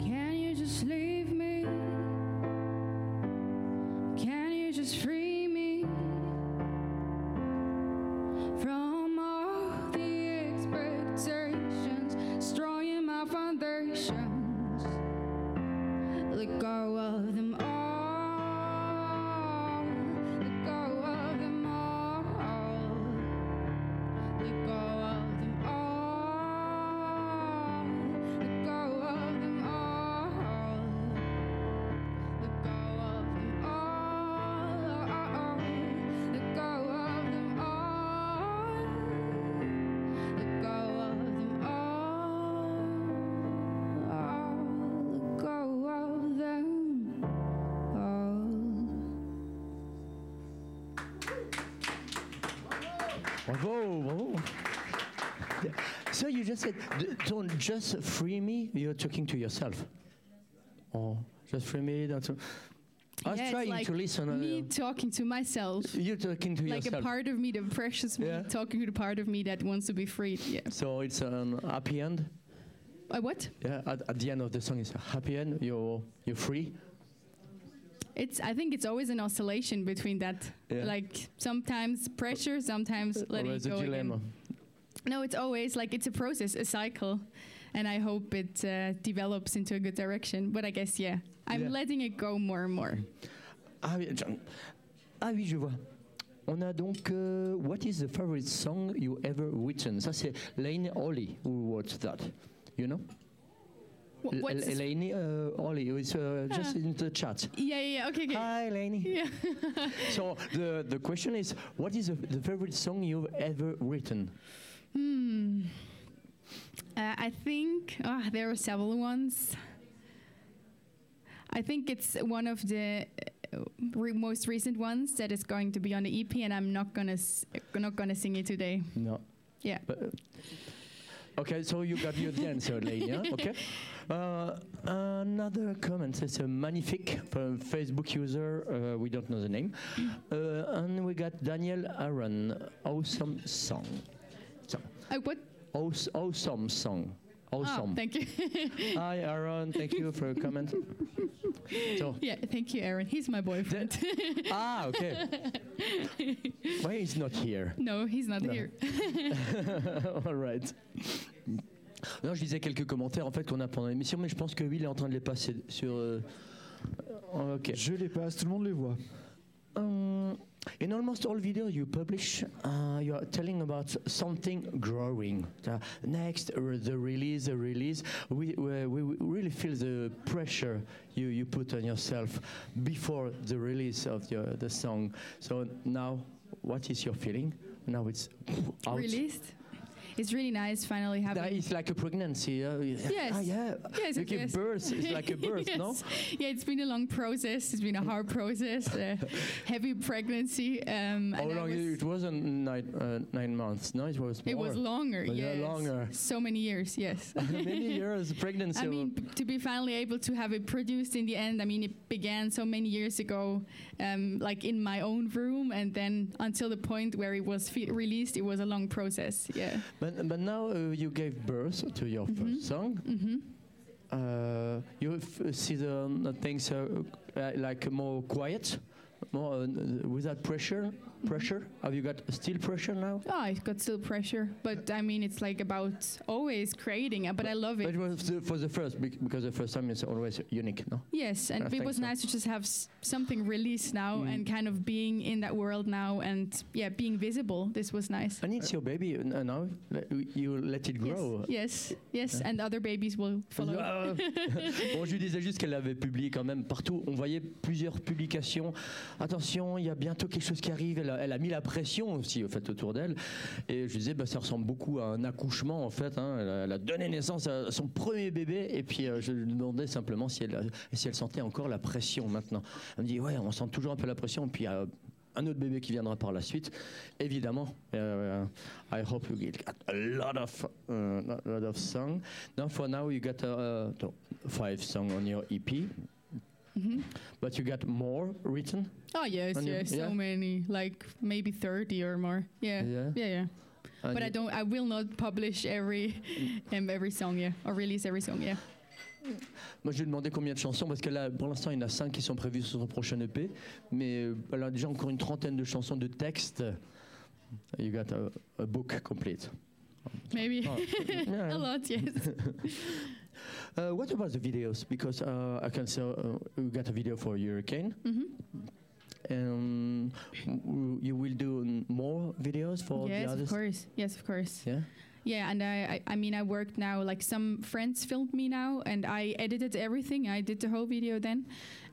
E: Can you just leave me? Can you just free me from all the expectations, destroying my foundations? Let go of them all. Let go of them all. Let go of them all. Let go of them all. Let go of them all. Let go of them all. Let go of them all. Let go of them all.
D: Bravo, bravo. So you just said, d- don't just free me. You're talking to yourself. Oh, Just for me, that's. I was
B: Yeah, it's
D: trying
B: like
D: to listen. uh,
B: me talking
D: [LAUGHS]
B: to myself.
D: You're talking to
B: Like a
D: yourself.
B: part of me, the precious
D: Yeah.
B: me, talking to the part of me that wants to be freed. Yeah.
D: so it's an happy end.
B: Uh, what?
D: Yeah, at, at the end of the song, it's a happy end. You're you're free.
B: It's. I think it's always an oscillation between that.
D: Yeah.
B: Like sometimes pressure, sometimes letting
D: or
B: it
D: it's a
B: go. again.
D: dilemma.
B: No, it's always like it's a process, a cycle, and I hope it uh, develops into a good direction. But I guess yeah, I'm
D: Yeah.
B: letting it go more and more.
D: Ah oui, je- ah oui, je vois. On a donc euh, What is the favorite song you ever written? Ça c'est Lane Ollie who wrote that. You know?
B: Wh-
D: L-
B: what's this-
D: Lane uh, Ollie is uh, just in the chat.
B: yeah, yeah, yeah, okay, okay.
D: Hi Lane.
B: yeah.
D: So the the question is what is the, the favorite song you've ever written?
B: Hmm. Uh, I think ah, there are several ones. I think it's one of the uh, re- most recent ones that is going to be on the EP, and I'm not gonna s- not gonna sing it today.
D: No.
B: Yeah.
D: But- okay, so you got your answer, Lane.
B: [LAUGHS]
D: yeah? Okay. Uh, another comment. It's a magnifique from Facebook user. Uh, we don't know the name.
B: Mm.
D: Uh, and we got Daniel Aaron. Awesome song. So,
B: Uh, what?
D: aws- awesome song.
B: Oh,
D: Awesome.
B: thank you. [LAUGHS]
D: Hi, Aaron. Thank you for your comment. So,
B: yeah, thank you, Aaron. He's my boyfriend.
D: ah, okay. Why is not here?
B: [LAUGHS] no, he's not
D: No.
B: here.
D: [LAUGHS] All right. Non, je lisais quelques commentaires en fait qu'on a pendant l'émission, mais je pense que oui, il est en train de les passer sur. euh, Ok.
C: Je les passe, tout le monde les voit.
D: Um, in almost all videos you publish, uh, you are telling about something growing. Uh, next, uh, the release, the release. We, uh, we, we really feel the pressure you, you put on yourself before the release of your, the song. So now, what is your feeling? Now it's out.
B: Released. It's really nice finally
D: That
B: having.
D: is like a pregnancy. Uh,
B: Yes.
D: Ah, yeah.
B: Yes,
D: you
B: yes,
D: give
B: yes.
D: birth.
B: [LAUGHS]
D: It's like a birth, no?
B: Yes. Yeah, it's been a long process. It's been a hard process,
D: [LAUGHS]
B: uh, heavy pregnancy. Um,
D: How
B: and I
D: long?
B: was-
D: it wasn't nine, uh, nine months. No, it was.
B: it was
D: more.
B: longer.
D: But yeah,
B: yes.
D: longer.
B: So many
D: [LAUGHS]
B: years. Yes.
D: Many years pregnancy.
B: I mean, p- to be finally able to have it produced in the end. I mean, it began so many years ago, um, like in my own room, and then until the point where it was fe- released, it was a long process. Yeah.
D: but, but now uh, you gave birth to your first song.
B: hmm
D: Uh, you f- see the um, the things uh, uh, like more quiet, more uh, n- without pressure.
B: Mm-hmm.
D: Pressure? Have you got still pressure now?
B: Oh, I've got still pressure, but I mean, it's like about always creating, uh, but I love
D: But
B: it.
D: it was the, for the first bec- because the first time is always unique, no?
B: Yes,
D: I
B: and it
D: think
B: was
D: so.
B: nice to just have s- something released now
D: Mm.
B: and kind of being in that world now and yeah, being visible. This was nice.
D: And it's your baby uh, n- now. Let- You let it grow.
B: Yes, yes, yes, and other babies will follow.
D: Ah. bon, je lui disais juste qu'elle avait publié quand même partout. On voyait plusieurs publications. Attention, il y a bientôt quelque chose qui arrive. Elle a, elle a mis la pression aussi, au fait, autour d'elle. Et je lui disais, bah, ça ressemble beaucoup à un accouchement, en fait. hein. Elle, a, elle a donné naissance à son premier bébé. Et puis, euh, je lui demandais simplement si elle, a- si elle sentait encore la pression maintenant. Elle me dit, ouais, on sent toujours un peu la pression. Et puis, il y a un autre bébé qui viendra par la suite, évidemment. Euh, I hope you get a lot of, uh, lot of songs. Now, for now, you got uh, no, five songs on your EP,
B: Mhm.
D: but you got more written.
B: Oh yes,
D: And you-
B: yes,
D: yeah.
B: so many, like maybe thirty or more. Yeah, yeah,
D: Yeah.
B: yeah.
D: And
B: But I
D: you-
B: don't. I will not publish every, um, every song. Yeah, or release every song. Yeah.
D: Moi, je lui ai demandé combien de chansons, parce que là, pour l'instant, il y en a cinq qui sont prévues sur son prochain EP, mais euh, elle a déjà encore une trentaine de chansons de texte. You got a, a book complete.
B: Maybe
D: Oh,
B: [LAUGHS]
D: yeah.
B: a lot. Yes.
D: [LAUGHS] Uh, what about the videos? Because uh, I can say uh, we got a video for Hurricane.
B: hmm
D: Um, w- you will do n- more videos for the
B: Yes, of
D: others.
B: course. Yes, of course.
D: Yeah.
B: Yeah, and I, I, I mean, I worked now. Like some friends filmed me now, and I edited everything. I did the whole video then.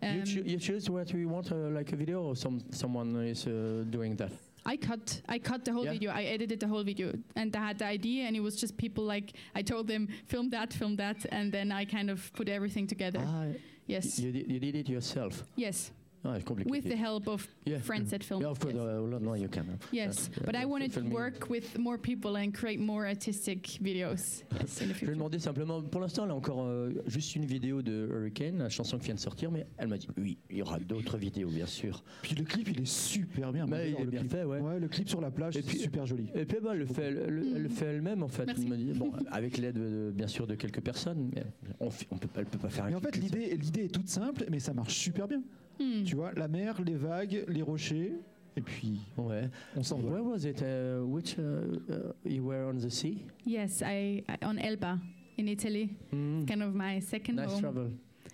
B: Um,
D: you, choo- you choose what you want, uh, like a video, or some someone is uh, doing that.
B: I cut I cut the whole
D: Yeah.
B: video. I edited the whole video, and I had the idea, and it was just people like I told them film that, film that, and then I kind of put everything together.
D: Ah,
B: yes,
D: you, di- you did it yourself.
B: yes,
D: Ah, it's complicated.
B: with the help of
D: Yeah.
B: friends at film.
D: yeah, of course.
B: Oh, yes.
D: uh, well, no, you can.
B: Yes,
D: Yeah.
B: but I
D: Yeah.
B: wanted to
D: Film-
B: work with more people and create more artistic videos yes,
D: Je
B: in the
D: lui ai
B: future.
D: demandé simplement, pour l'instant, elle a encore euh, juste une vidéo de Hurricane, la chanson qui vient de sortir, mais elle m'a dit oui, il y aura d'autres vidéos, bien sûr.
C: Puis le clip, il est super bien.
D: Mais
C: Moi, j'adore
D: Bah, il est
C: le
D: bien
C: clip.
D: fait, ouais.
C: le clip sur la plage,
D: Et
C: c'est
D: puis-
C: super joli.
D: Et puis eh ben, elle le fait, elle, elle- elle le fait elle-même en fait.
B: Mm. Merci.
D: Elle m'a dit,
B: [LAUGHS]
D: bon, avec l'aide euh, bien sûr de quelques personnes, mais on, fi- on peut, pas- elle peut pas faire. un
C: Mais en
D: clip
C: fait,
D: toute seule.
C: l'idée, l'idée est toute simple, mais ça marche super bien.
D: Mm.
B: Hmm.
C: Tu vois, la mer, les vagues, les rochers, et puis
D: Ouais.
C: on s'envole.
D: Where was it? uh, which uh, uh, you were on the sea?
B: Yes, I, I on Elba in Italy,
D: Mm.
B: kind of my second
D: Nice
B: home.
D: travel.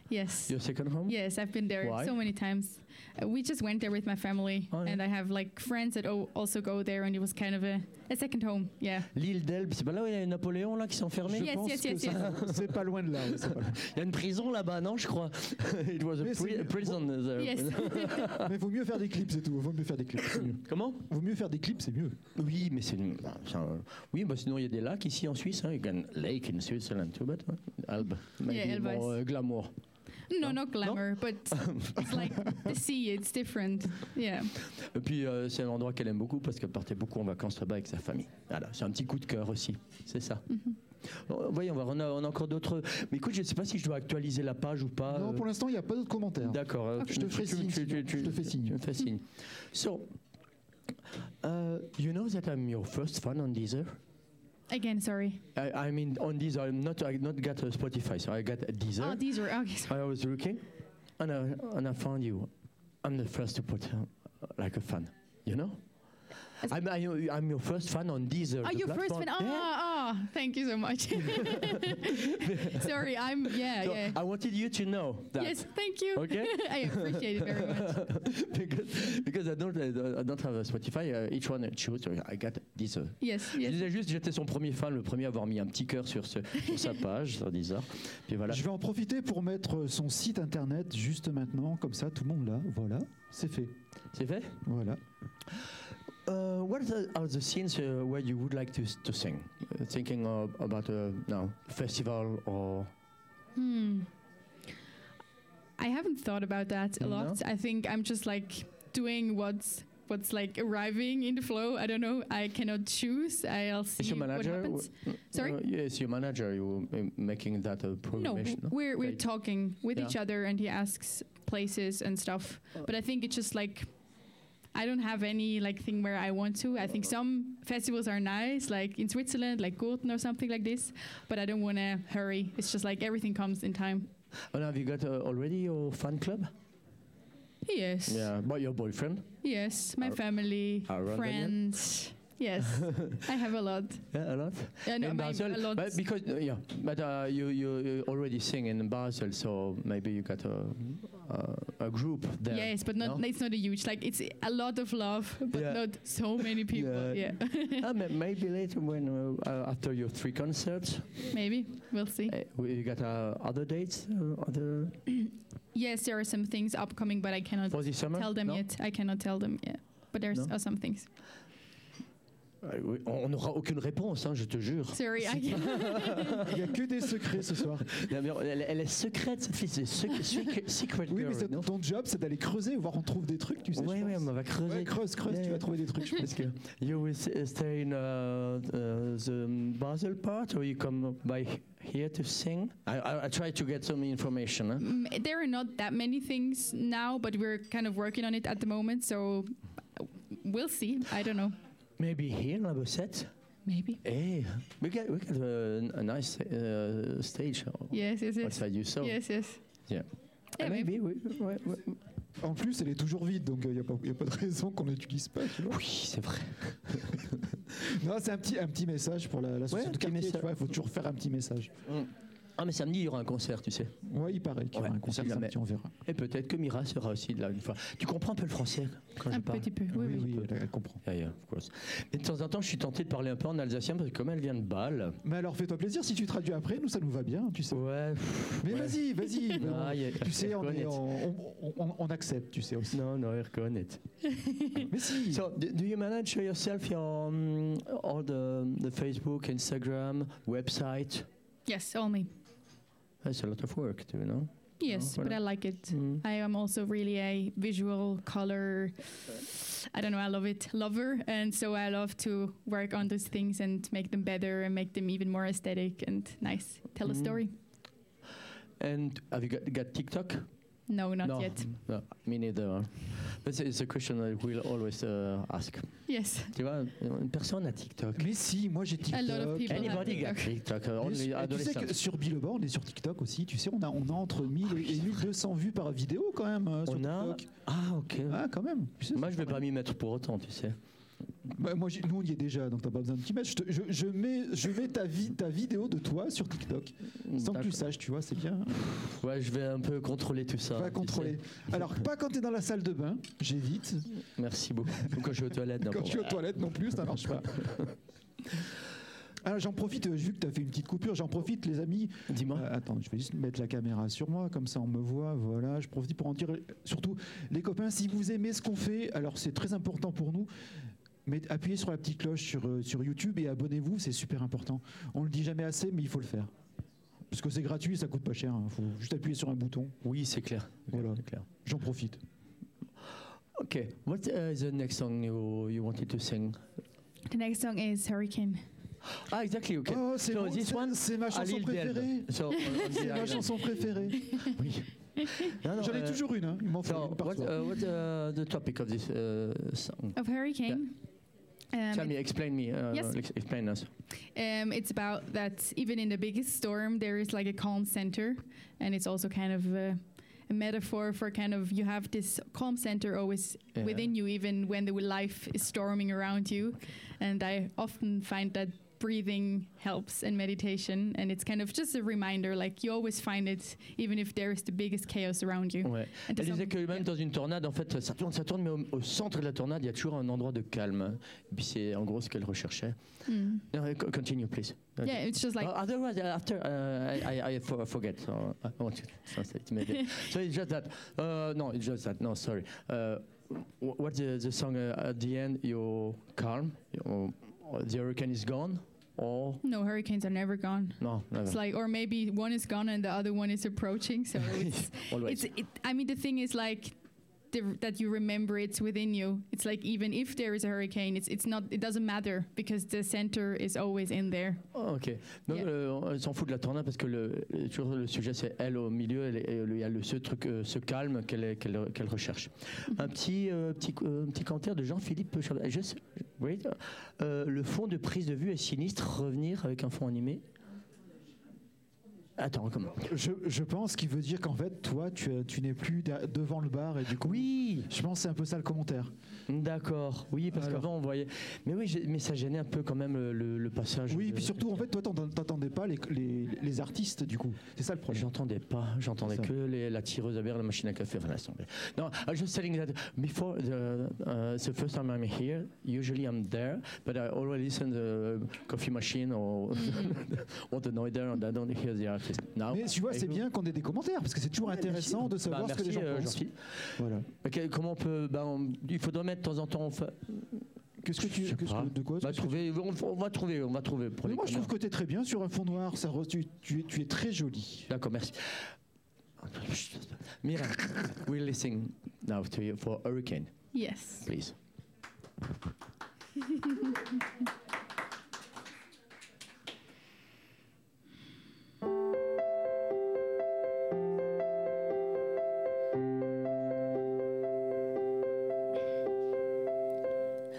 B: Yes.
D: Your second home?
B: Yes, I've been there
D: Why?
B: so many times. Uh, we just went there with my family,
D: Oh, yeah.
B: and I have like friends that o- also go there, and it was kind of a, a second home. Yeah.
D: L'île d'Elbe, c'est pas là où il y a Napoléon là qui s'est enfermé
B: Yes, yes, yes,
C: ça- c'est pas loin de là. ouais, c'est
D: [LAUGHS]
C: pas loin.
D: Il y a une prison là-bas, non, je crois. [LAUGHS] It was a
C: Mais c'est
D: pri-
C: mieux.
D: prison there.
B: Yes.
D: [LAUGHS]
C: Mais vaut mieux faire des clips, c'est tout. Vaut mieux faire des clips, c'est mieux.
D: Comment
C: Vaut mieux faire des clips, c'est mieux.
D: Oui, mais c'est. une- bah, c'est un- Oui, bah, sinon il y a des lacs ici en Suisse. Hein. Il y a un lake in Switzerland too, but uh, Elbe. Maybe
B: Elbe is-
D: more, uh, glamour.
B: [LAUGHS] no,
D: No?
B: not glamour, but it's like the sea. It's different. Yeah.
D: Et puis euh, c'est un endroit qu'elle aime beaucoup parce qu'elle partait beaucoup en vacances là-bas avec sa famille. Voilà, c'est un petit coup de cœur aussi, c'est ça.
B: Mm-hmm.
D: Bon, voyons voir, on a, on a encore d'autres. Mais écoute, je ne sais pas si je dois actualiser la page ou pas.
C: non,
D: euh,
C: pour l'instant, il n'y a pas d'autres commentaires.
D: D'accord. euh,
C: Je te ferai
D: tu-
C: signe,
D: tu- tu-
C: sinon.
D: tu-
C: Je te fais signe.
D: tu me fais signe. So, uh, you know that I'm your first fan on Deezer.
B: Again, sorry.
D: I, I mean, on Deezer, I'm not, I not got uh, Spotify, so I got Deezer.
B: Oh, these were okay. Sorry.
D: I was looking, and I, and I found you. I'm the first to put uh, like a fan, you know.
B: As-
D: I'm, I, I'm your first fan on Deezer.
B: Are
D: the
B: you first
D: platform.
B: fan? Oh,
D: Yeah.
B: oh, thank you
D: [LAUGHS]
B: so much. sorry, I'm. Yeah,
D: So
B: yeah.
D: I wanted you to know that.
B: Yes, [LAUGHS] thank you.
D: Okay. [LAUGHS]
B: I appreciate it very much.
D: because, because I don't I, don't have a Spotify. Uh, each one I choose. so I got Deezer. [LAUGHS]
B: Yes,
D: Je
B: yes.
D: disais juste, j'étais son premier fan, le premier à avoir mis un petit cœur sur, ce, sur [LAUGHS] sa page, sur Deezer. Puis voilà.
C: Je vais en profiter pour mettre son site internet juste maintenant, comme ça, tout le monde là. Voilà, c'est fait.
D: C'est fait.
C: Voilà.
D: Uh, what are the- are the scenes uh, where you would like to, s- to sing? Uh, thinking of, about uh, no festival or
B: Hmm. I haven't thought about that a lot. I think I'm just like doing what's what's like arriving in the flow. I don't know. I cannot choose. I'll see
D: Is your
B: what
D: manager?
B: happens.
D: w-
B: Sorry?
D: Uh, yes, your manager. You uh, making that uh,
B: No,
D: programmation. no?
B: we're we're
D: Like-
B: talking with
D: Yeah.
B: each other, and he asks places and stuff. But I think it's just like. I don't have any like thing where I want to. I think some festivals are nice, like in Switzerland, like Gothen or something like this. But I don't want to hurry. It's just like everything comes in time.
D: And have you got uh, already your fan club?
B: Yes.
D: Yeah, but your boyfriend.
B: Yes, my
D: Ar-
B: family,
D: Arundel?
B: friends.
D: [LAUGHS]
B: Yes, I have a lot.
D: Yeah, a lot.
B: And
D: in
B: my,
D: Basel,
B: a lot.
D: but because uh, yeah, but uh, you, you you already sing in Basel, so maybe you got a uh, a, a group there.
B: yes, but not.
D: no?
B: It's not a huge. Like it's a lot of love, but
D: Yeah.
B: not so many people.
D: [LAUGHS] Yeah.
B: Yeah, [LAUGHS]
D: Ah, ma- maybe later when uh, uh, after your three concerts,
B: maybe we'll see.
D: uh, you got uh, other dates uh, other
B: Yes, there are some things upcoming, but I cannot
D: for the summer.
B: tell them
D: No?
B: yet. I cannot tell them yet. But there's
D: No?
B: are some things.
D: Ah, oui, on n'aura aucune réponse, hein, je te jure.
B: Sorry,
D: [LAUGHS]
B: I [LAUGHS] can't.
C: Il n'y a que des secrets ce soir.
D: Non, mais elle, elle est secrète, cette fille, c'est sec- sec- secret
C: Oui,
D: girl,
C: mais c'est-
D: non
C: ton job, c'est d'aller creuser, voir on trouve des trucs, tu sais.
D: Ouais,
C: je
D: ouais,
C: pense.
D: on va creuser.
C: Ouais, creuse, creuse,
D: Ouais,
C: tu vas
D: ouais.
C: trouver des trucs. je pense.
D: Parce [LAUGHS] que you will s- stay in uh, uh, the Basel part, or you come by here to sing? I, I, I try to get some information. Huh?
B: Mm, there are not that many things now, but we're kind of working on it at the moment. So uh, we'll see. I don't know.
D: Maybe here, La Bossette.
B: Maybe.
D: Hey, Eh, we got we got a, n- a nice uh, stage
B: Yes, yes, yes.
D: outside you, so
B: Yes, yes.
D: Yeah.
B: Yeah, maybe.
D: maybe we, ouais, ouais.
C: En plus, elle est toujours vide, donc il n'y a, pas- y a pas de raison qu'on l'utilise pas. tu vois.
D: Oui, c'est vrai.
C: Non, c'est un petit, un petit message pour la, l'association
D: Ouais, un
C: de
D: petit
C: quartier,
D: message.
C: tu vois, il faut toujours faire un petit message.
D: Ah, mais samedi, il y aura un concert, tu sais.
C: Ouais, il paraît qu'il y aura
D: Ouais,
C: un concert
D: si jamais.
C: samedi, on verra.
D: Et peut-être que Mira sera aussi là une fois. Tu comprends un peu le français quand je
B: Un
D: parle
B: petit peu. Oui, oui.
C: oui, elle, elle comprend.
D: Yeah, yeah, of course. Mais de temps en temps, je suis tenté de parler un peu en alsacien parce que comme elle vient de Bâle.
C: Mais alors, fais-toi plaisir, si tu traduis après, nous, ça nous va bien, tu sais.
D: Ouais.
C: Mais
D: ouais.
C: vas-y, vas-y.
D: [LAUGHS]
C: mais on-
D: Non, il y a-
C: Tu sais, on, est
D: reconnaît.
C: en- on, on- on accepte, tu sais aussi.
D: Non, non, il reconnaît.
C: Mais si,
D: So, do, do you manage yourself your um, all the, the Facebook, Instagram, website?
B: Yes, only.
D: That's a lot of work, do you know?
B: Yes, but
D: voilà.
B: I like it.
D: Mm.
B: I am also really a visual color. I don't know. I love it, lover, and so I love to work on those things and make them better and make them even more aesthetic and nice. Tell a
D: Mm.
B: story.
D: And have you got, got TikTok?
B: No, not
D: no,
B: yet.
D: No, me neither. But it's a question I will always uh, ask.
B: Yes.
D: Tu vois, une personne a TikTok.
C: Mais si, moi j'ai TikTok.
B: A lot of people have
D: Anybody got TikTok? uh,
C: Mais
D: Only
C: su- et tu sais que
D: adolescents.
C: sur Billboard, on est sur TikTok aussi. Tu sais, on a, on a entre 1000 et 1200 vues par vidéo quand même euh, sur
D: On a.
C: TikTok.
D: Ah, ok.
C: Ah, quand même. Tu sais,
D: Moi,
C: c'est
D: je vais
C: pas
D: pas
C: mal.
D: m'y mettre pour autant, tu sais.
C: Bah, moi, j'ai- nous, on y est déjà, donc t'as pas besoin de t'y mettre. Je, te- je- je mets, je mets ta, vie, ta vidéo de toi sur TikTok sans que
D: Mm,
C: tu
D: D'accord.
C: saches, tu vois, c'est bien.
D: Ouais, je vais un peu contrôler tout ça.
C: Va
D: tu
C: contrôler.
D: [LAUGHS]
C: Alors, pas quand t'es dans la salle de bain, j'évite.
D: sais. Merci beaucoup. Ou [LAUGHS] quand je vais aux toilettes,
C: Quand
D: n'importe
C: je suis aux toilettes non plus,
D: [LAUGHS]
C: ça marche pas. Alors j'en profite, euh, vu que tu as fait une petite coupure, j'en profite les amis.
D: Dis-moi.
C: Euh, attends, je vais juste mettre la caméra sur moi, comme ça on me voit, voilà. Je profite pour en dire, surtout les copains, si vous aimez ce qu'on fait, alors c'est très important pour nous, mais appuyez sur la petite cloche sur, euh, sur YouTube et abonnez-vous, c'est super important. On le dit jamais assez, mais il faut le faire. Parce que c'est gratuit, ça coûte pas cher, hein. faut juste appuyer sur un bouton,
D: Oui, c'est clair.
C: Voilà.
D: C'est clair.
C: j'en profite.
D: Okay. What uh, is the next song you, you wanted to sing?
B: The next song is Hurricane.
D: Ah, exactly. Okay.
C: Oh, c'est
D: So
C: bon,
D: this
C: c'est-
D: one,
C: c'est ma
D: A
C: chanson
D: Little Bit.
C: préférée.
D: So, uh, on- on
C: [LAUGHS] C'est
D: the
C: ma
D: island. [LAUGHS]
C: chanson préférée. Oui.
D: Non, non,
C: J'en ai
D: euh,
C: toujours une, hein. il m'en faut
D: So,
C: une par
D: what,
C: soir.
D: uh, what uh, the topic of this uh, song?
B: Of Hurricane. Um,
D: Tell me, explain me. Uh,
B: Yes.
D: ex- Explain us.
B: Um, it's about that even in the biggest storm, there is like a calm center, and it's also kind of a, a metaphor for kind of you have this calm center always
D: Yeah.
B: within you, even when the life is storming around you. And I often find that breathing helps and meditation, and it's kind of just a reminder like you always find it, even if there is the biggest chaos around you.
D: Ouais.
B: And to
D: Elle disait
B: some-
D: que même
B: yeah.
D: dans une tornade, en fait, ça tourne, ça tourne, mais au, au centre de la tornade, il y a toujours un endroit de calme. Et puis c'est en gros ce qu'elle recherchait.
B: Mm.
D: No, co- continue, please.
B: Yeah, it's just like
D: Oh, otherwise, uh, after uh, I, I, I for- forget, so uh, I want to [LAUGHS] translate
B: [LAUGHS]
D: maybe. so it's just that. Uh, no, it's just that. No, sorry. Uh, wh- what's the, the song uh, at the end? You're calm. you- or the hurricane is gone. Or
B: no hurricanes are never gone.
D: no, never.
B: It's like, or maybe one is gone and the other one is approaching. So it's,
D: Always.
B: it's it, I mean, the thing is like the, that you remember it's within you. It's like even if there is a hurricane, it's it's not. It doesn't matter because the center is always in there.
D: Oh, ok. Donc,
B: Yeah.
D: euh, on s'en fout de la tornade parce que le, le- toujours le sujet, c'est elle au milieu, elle est- et le- il y a le, ce truc, euh, ce calme qu'elle est- qu'elle qu'elle recherche.
C: Mm-hmm.
D: Un petit, euh, petit, euh, petit canteur de Jean-Philippe Chauvel. Juste, wait, euh, le fond de prise de vue est sinistre, revenir avec un fond animé. Attends, comment
C: Je, je pense qu'il veut dire qu'en fait, toi, tu, es- tu n'es plus da- devant le bar et du coup.
D: Oui,
C: Je pense que c'est un peu ça le commentaire.
D: d'accord. Oui, parce
C: Alors.
D: qu'avant on voyait. Mais oui, j'ai- mais ça gênait un peu quand même le, le- le passage.
C: Oui, et
D: de-
C: puis surtout, en fait, toi, t'entend- t'entendais pas les, les, les artistes, du coup. C'est ça le problème.
D: J'entendais pas, j'entendais
C: C'est ça.
D: que les- la tireuse à bière, la machine à café, enfin, laisse tomber. Non, ah, I was just telling that before the, uh, the first time I'm here, usually I'm there, but I already listen the coffee machine or [LAUGHS] all the noise there and I don't hear the artist. Now,
C: Mais tu vois,
D: I
C: c'est
D: go-
C: bien qu'on ait des commentaires, parce que c'est toujours
D: Ouais, bien
C: intéressant
D: sûr.
C: de savoir
D: Bah,
C: ce que les
D: merci,
C: gens
D: euh,
C: pensent.
D: Jean-Philippe.
C: Voilà.
D: Ok, comment on peut. bah, on- il faudrait mettre de temps en temps. On, fa-
C: Qu'est-ce que tu.
D: Je sais
C: qu'est-ce
D: pas.
C: que- de quoi
D: on va
C: qu'est-ce que-
D: trouver, on, on va trouver, on va trouver. Pour
C: Mais
D: les
C: Moi, je trouve
D: connards.
C: que t'es très bien sur un fond noir. Ça, re- tu, tu es, tu es très jolie.
D: D'accord, merci. Mira, we're listening now to you for Hurricane,
B: Yes.
D: please.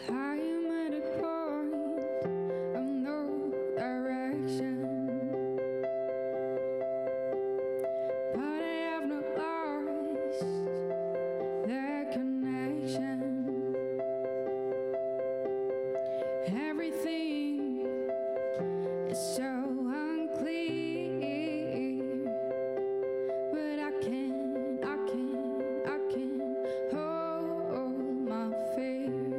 E: I am at a point of no direction, but I have not lost the connection. Everything is so unclear, but I can, I can, I can hold my fear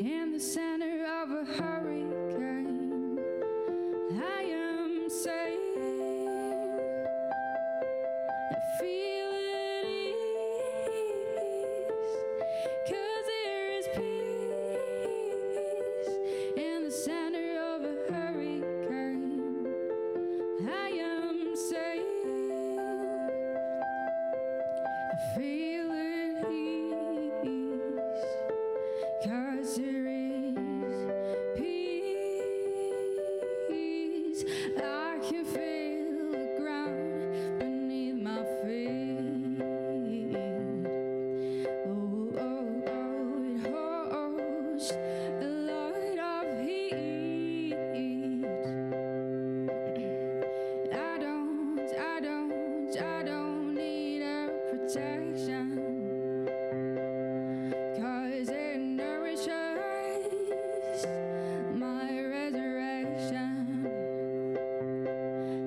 E: in the center of a hurricane. I am safe. I feel at ease. Cause there is peace in the center of a hurricane. I am safe. Oh,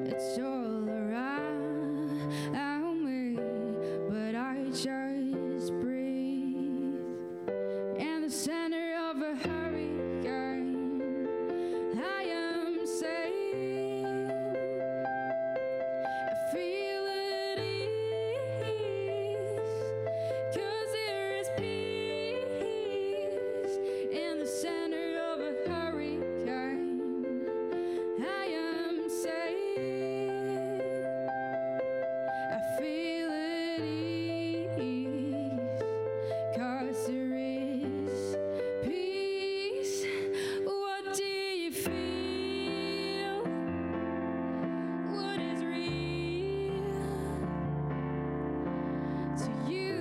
E: it's all around me, but I just breathe. In the center of a hurricane, I am safe. I feel at ease, 'cause there is peace in the center of a hurricane. I am safe. I feel at ease, 'cause there is peace. What do you feel? What is real to you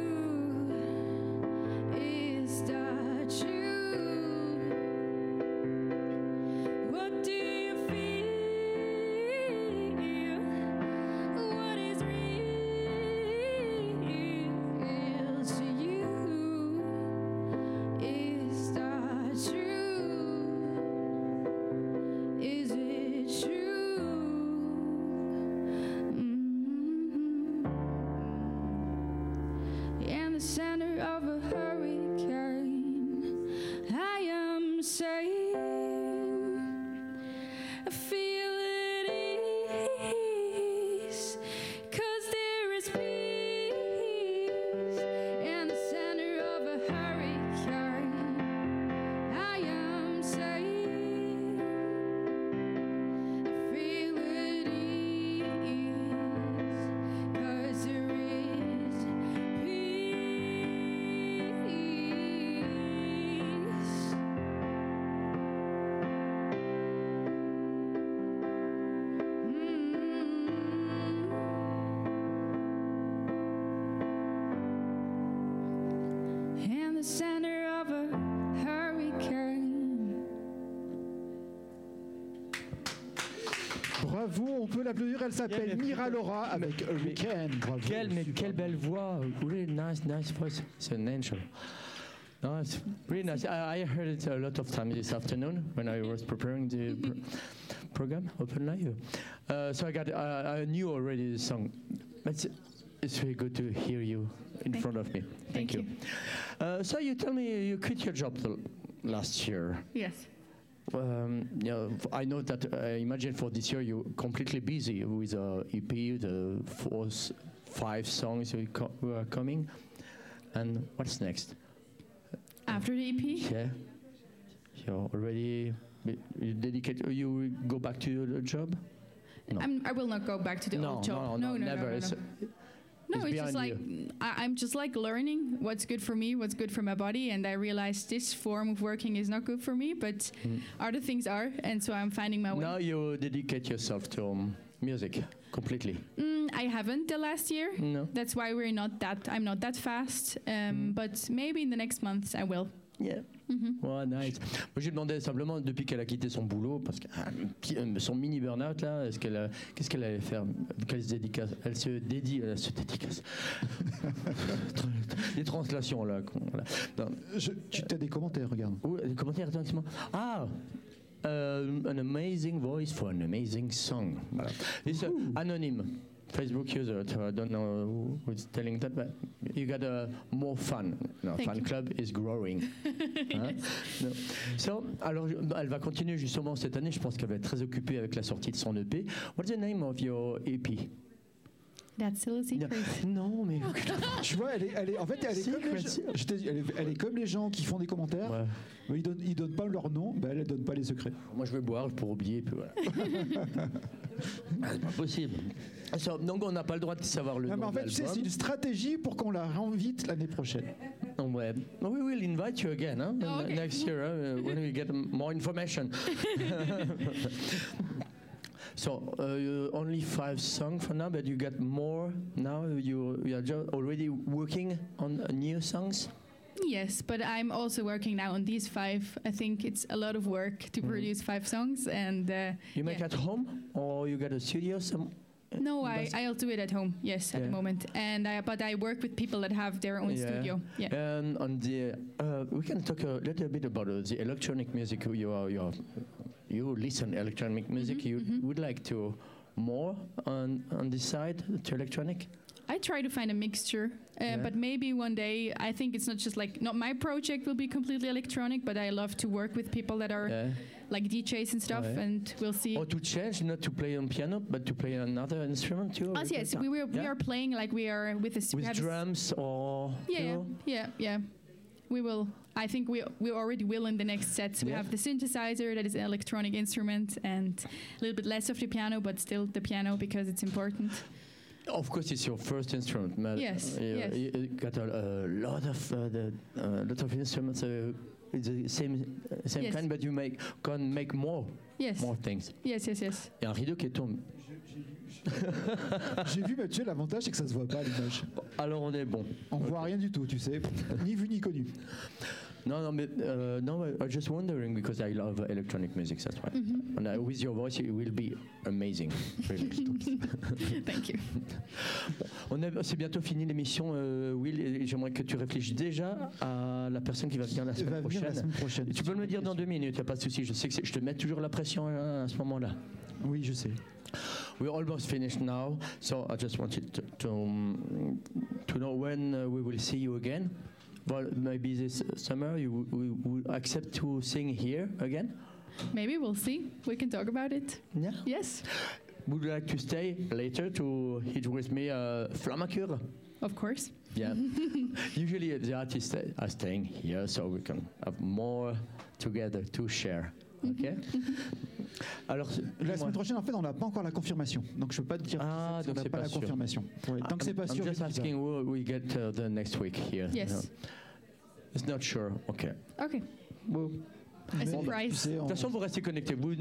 E: is that true? What do you feel? What is real to you is that true? Is it true? Mm-hmm. Mm. In the center of a hurricane, I am safe. I feel at ease, 'cause there is peace in the center of a hurricane. I am safe. I feel at ease, 'cause there is peace. In the center of a hurricane.
C: Bravo, on peut l'applaudir. Elle s'appelle
D: Quel-
C: Mira Laura avec Hurricane. Bravo.
D: Quelle, mais
C: Super.
D: quelle belle voix. Really nice, nice voice. It's an angel. Nice, really nice. I, I heard it a lot of times this afternoon when I was preparing the pr- program, Open Live. Uh, so I got, uh, I knew already the song. It's, it's really good to hear you in
B: Thank-
D: front of me. Thank,
B: thank
D: you. Uh, so you tell me you quit your job the l- last year.
B: Yes.
D: Um, yeah, f- I know that. I imagine for this year you're completely busy with uh, EP, the four, s- five songs you co- who are coming, and what's next?
B: After the E EP,
D: Yeah, you're already b- you dedicate. You will go back to your job? No.
B: I'm, I will not go back to the
D: no,
B: old job.
D: no, no, never. It's-
B: No,
D: It's
B: it's, just like
D: behind
B: I, I'm just like learning what's good for me, what's good for my body, and I realized this form of working is not good for me, but
D: Mm.
B: other things are, and so I'm finding my way.
D: now you dedicate yourself to um, music completely.
B: Mm, I haven't the last year.
D: No.
B: That's why we're not that. I'm not that fast,
D: Mm-hmm.
B: um, but maybe in the next months I will.
D: Yeah.
B: Mhm.
D: Ouais, Oh, nice. Moi, j'ai demandé simplement depuis qu'elle a quitté son boulot, parce que ah, un petit- euh, son mini burn-out là, est-ce qu'elle, a- qu'est-ce qu'elle allait faire Qu'elle se dédicace, elle se dédie, elle se dédicace. Les translations là. qu'on- là. Non,
C: Je- tu as des commentaires, regarde.
D: où- euh, les commentaires directement. Ah. euh, an amazing voice for an amazing song. Voilà. This, uh, anonyme. Facebook user, so I don't know who- who's telling that, but you got uh, more fun. No,
B: Thank
D: fan
B: you.
D: club is
B: [LAUGHS]
D: growing. Hein? Non. So, alors, je- bah, elle va continuer justement cette année. Je pense qu'elle va être très occupée avec la sortie de son EP. What's the name of your EP?
B: That's still a secret.
D: Non,
B: Oh,
D: mais.
C: Tu vois, elle est, elle est- en fait, elle est, comme les, gens- je t'ai dit, elle est- elle est comme les gens qui font des commentaires.
D: Ouais.
C: mais Ils donnent, ils donnent pas leur nom, ben elle ne donne pas les secrets.
D: Moi, je vais boire pour oublier, puis [LAUGHS] voilà. Ah, c'est pas possible. So, donc, on n'a pas le droit de savoir le
C: Non, mais
D: nom
C: en
D: de
C: fait, tu sais,
D: l'album.
C: c'est une stratégie pour qu'on la réinvite l'année prochaine.
D: Oh, ouais. We will invite you again hein,
B: Oh,
C: Ah,
D: n-
B: okay.
D: next year hein, when we get m- more
C: [LAUGHS]
D: information. so uh, you- only five songs for now, but you get more now. You, you are just already working on uh, new songs.
B: Yes, but I'm also working now on these five. I think it's a lot of work to
D: Mhm.
B: produce five songs, and uh,
D: You make
B: Yeah.
D: at home or you get a studio? Some
B: no, I,
D: Uh, That's-
B: I'll do it at home. Yes, at the
D: Yeah.
B: moment, and I, but I work with people that have their own
D: Yeah.
B: studio. Yeah.
D: And on the, uh, we can talk a little bit about uh, the electronic music. You are, you, are, you listen electronic music.
B: Mhm,
D: you
B: mhm.
D: would like to more on, on this side to electronic?
B: I try to find a mixture, uh,
D: Yeah.
B: but maybe one day I think it's not just like not my project will be completely electronic, but I love to work with people that are
D: Yeah. Oh,
B: like DJs and stuff,
D: Yeah. Oh,
B: and we'll see.
D: Uh, Or to change, not to play on piano, but to play another instrument too?
B: Us, Ah, yes, we, were, we
D: Oh, Yeah.
B: are playing like we are with this. we
D: With
B: have this-
D: drums or.
B: Yeah,
D: you
B: yeah,
D: know?
B: yeah, yeah. We will. I think we we already will in the next sets. We
D: Yeah.
B: have the synthesizer that is an electronic instrument and a little bit less of the piano, but still the piano because it's important.
D: Of course, it's your first instrument. but, uh,
B: Yes,
D: you-
B: yes.
D: You you got a, a lot of uh, the uh, lot of instruments. Uh, it's the same uh, same
B: Yes.
D: kind, but you make can make more
B: Yes,
D: more things.
B: yes, yes, yes.
D: Il y a un rideau qui tombe.
C: [LAUGHS] J'ai vu Mathieu, l'avantage c'est que ça se voit pas à l'image.
D: Alors on est bon.
C: On voit rien du tout, tu sais. Ni vu ni connu.
D: No, no, but, uh, no. I, I'm just wondering because I love electronic music. That's why. And uh, with your voice, it will be amazing. really.
B: Thank you.
D: on a- c'est bientôt fini l'émission, euh, Will. et J'aimerais que tu réfléchisses déjà à la personne qui va venir la
C: Il
D: semaine
C: va venir la
D: prochaine.
C: semaine prochaine.
D: Tu peux me le dire dans deux minutes, y a pas de souci. Je sais que c'est- je te mets toujours la pression hein, à ce moment-là.
C: Oui, je sais.
D: We're almost finished now, so I just wanted to to, um, to know when uh, we will see you again. Well, maybe this summer you w- we will accept to sing here again.
B: Maybe we'll see. We can talk about it.
D: Yeah.
B: Yes,
D: Would you like to stay later to hit with me uh, Flamacure?
B: of course.
D: Yeah. [LAUGHS] Usually the artists uh, are staying here, so we can have more together to share. Okay.
C: Mm-hmm.
D: Alors
C: La
D: dis-moi.
C: semaine prochaine, en fait, on n'a pas encore la confirmation. Donc je peux pas te dire. qui
D: Ah,
C: c'est, parce
D: donc
C: qu'on n'a
D: c'est
C: pas,
D: pas sûr.
C: la
D: Ah,
C: confirmation. Ouais, tant que c'est pas
D: I'm
C: sûr.
D: just
C: je dis pas.
D: asking what we get uh, the next week here.
B: Yes.
D: It's not sure. Okay.
B: Okay.
C: Mais,
B: A
C: tu
B: surprise.
C: sais,
D: De
C: on-
D: toute façon, vous restez connectés. Vous,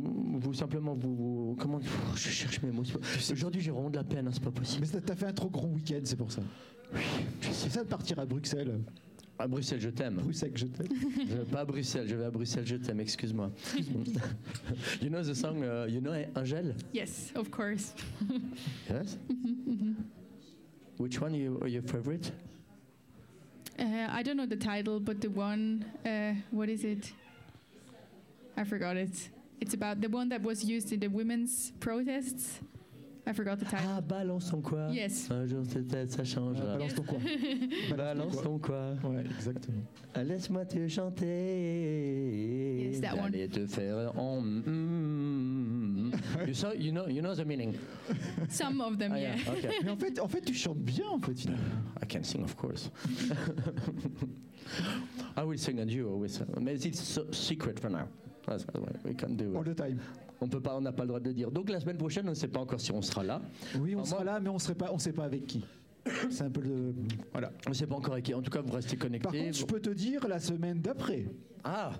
D: vous, vous simplement, vous, vous- comment Pff, Je cherche mes mots. c'est pas- Aujourd'hui, j'ai vraiment de la peine. hein, c'est pas possible.
C: Mais ça- t'as fait un trop grand week-end, c'est pour ça. C'est ça de partir à Bruxelles.
D: À Bruxelles, je t'aime.
C: Bruxelles que je t'aime.
D: Je- pas à Bruxelles. Je vais à Bruxelles, je t'aime.
C: [LAUGHS]
D: Excuse-moi. you know the song. uh, you know Angèle.
B: Yes, of course. [LAUGHS]
D: Yes. Which one you, are your favorite?
B: Uh, I don't know the title, but the one, uh, what is it? I forgot it. It's about the one that was used in the women's protests. I forgot the title.
D: [LAUGHS] Ah, balance ton quoi.
B: Yes. Euh,
D: Un jour, peut-être, ça changera.
C: balance ton quoi.
D: balance ton quoi.
C: Ouais, exactement.
D: Ah, Laisse-moi te chanter.
B: Yes, that one.
D: D'aller te faire en. mm,
B: [LAUGHS]
D: mm. You, saw, you, know, you know the meaning.
B: Some of them,
D: Ah,
B: Um, yeah.
D: yeah, okay.
C: Mais en fait, en fait, tu chantes bien, en fait, finalement.
D: I can sing, of
B: [LAUGHS]
D: course. I will sing a duo with. Mais it's so secret for now. That's why we can do
C: All
D: it.
C: the time.
D: On peut pas, on n'a pas le droit de le dire. Donc la semaine prochaine, on ne sait pas encore si on sera là.
C: Oui, on
D: Ah,
C: sera
D: moi-
C: là, mais on serait pas, on sait pas avec qui. C'est un peu le.
D: Voilà. On ne sait pas encore avec qui. En tout cas, vous restez connectés.
C: Par contre, je
D: Vous-
C: peux te dire la semaine d'après.
D: Ah.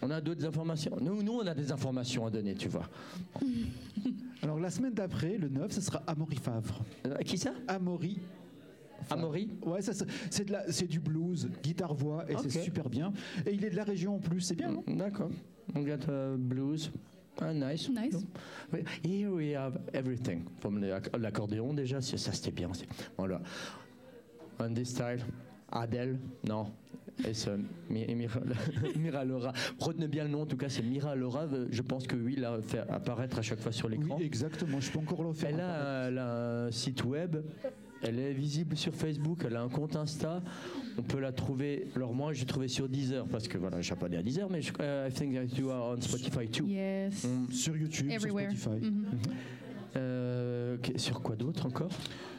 D: On a d'autres informations. Nous, nous, on a des informations à donner, tu vois.
C: Alors la semaine d'après, le 9, ce sera Amaury Favre.
D: Euh, qui ça
C: Amaury.
D: Amaury
C: Ouais, ça, ça- c'est de la- c'est du blues, guitare voix, et
D: Ok.
C: c'est super bien. Et il est de la région en plus, c'est bien. non
D: Mm, D'accord. On got uh, blues. Ah, nice.
B: Nice.
D: We- Here we have everything. From the acc- l'accordéon déjà, c'est- ça c'était bien. c'est- Voilà. On this style. Adèle, non. Et ce Mi- Mira- Mira [LAUGHS] Laura. Retenez bien le nom, en tout cas, c'est Mira Laura. Euh, Je pense que oui, l'a fait apparaître à chaque fois sur l'écran.
C: Oui, exactement. Je peux encore le faire.
D: Elle a, un- elle a un site web, elle est visible sur Facebook, elle a un compte Insta. On peut la trouver. Alors moi, j'ai trouvé sur Deezer parce que voilà, je suis pas né à Deezer, mais je, euh, I think that you are on Spotify too.
B: Yes.
D: Mm.
C: Sur YouTube,
B: Everywhere.
C: sur Spotify,
B: Mhm.
D: Euh, que- sur quoi d'autre encore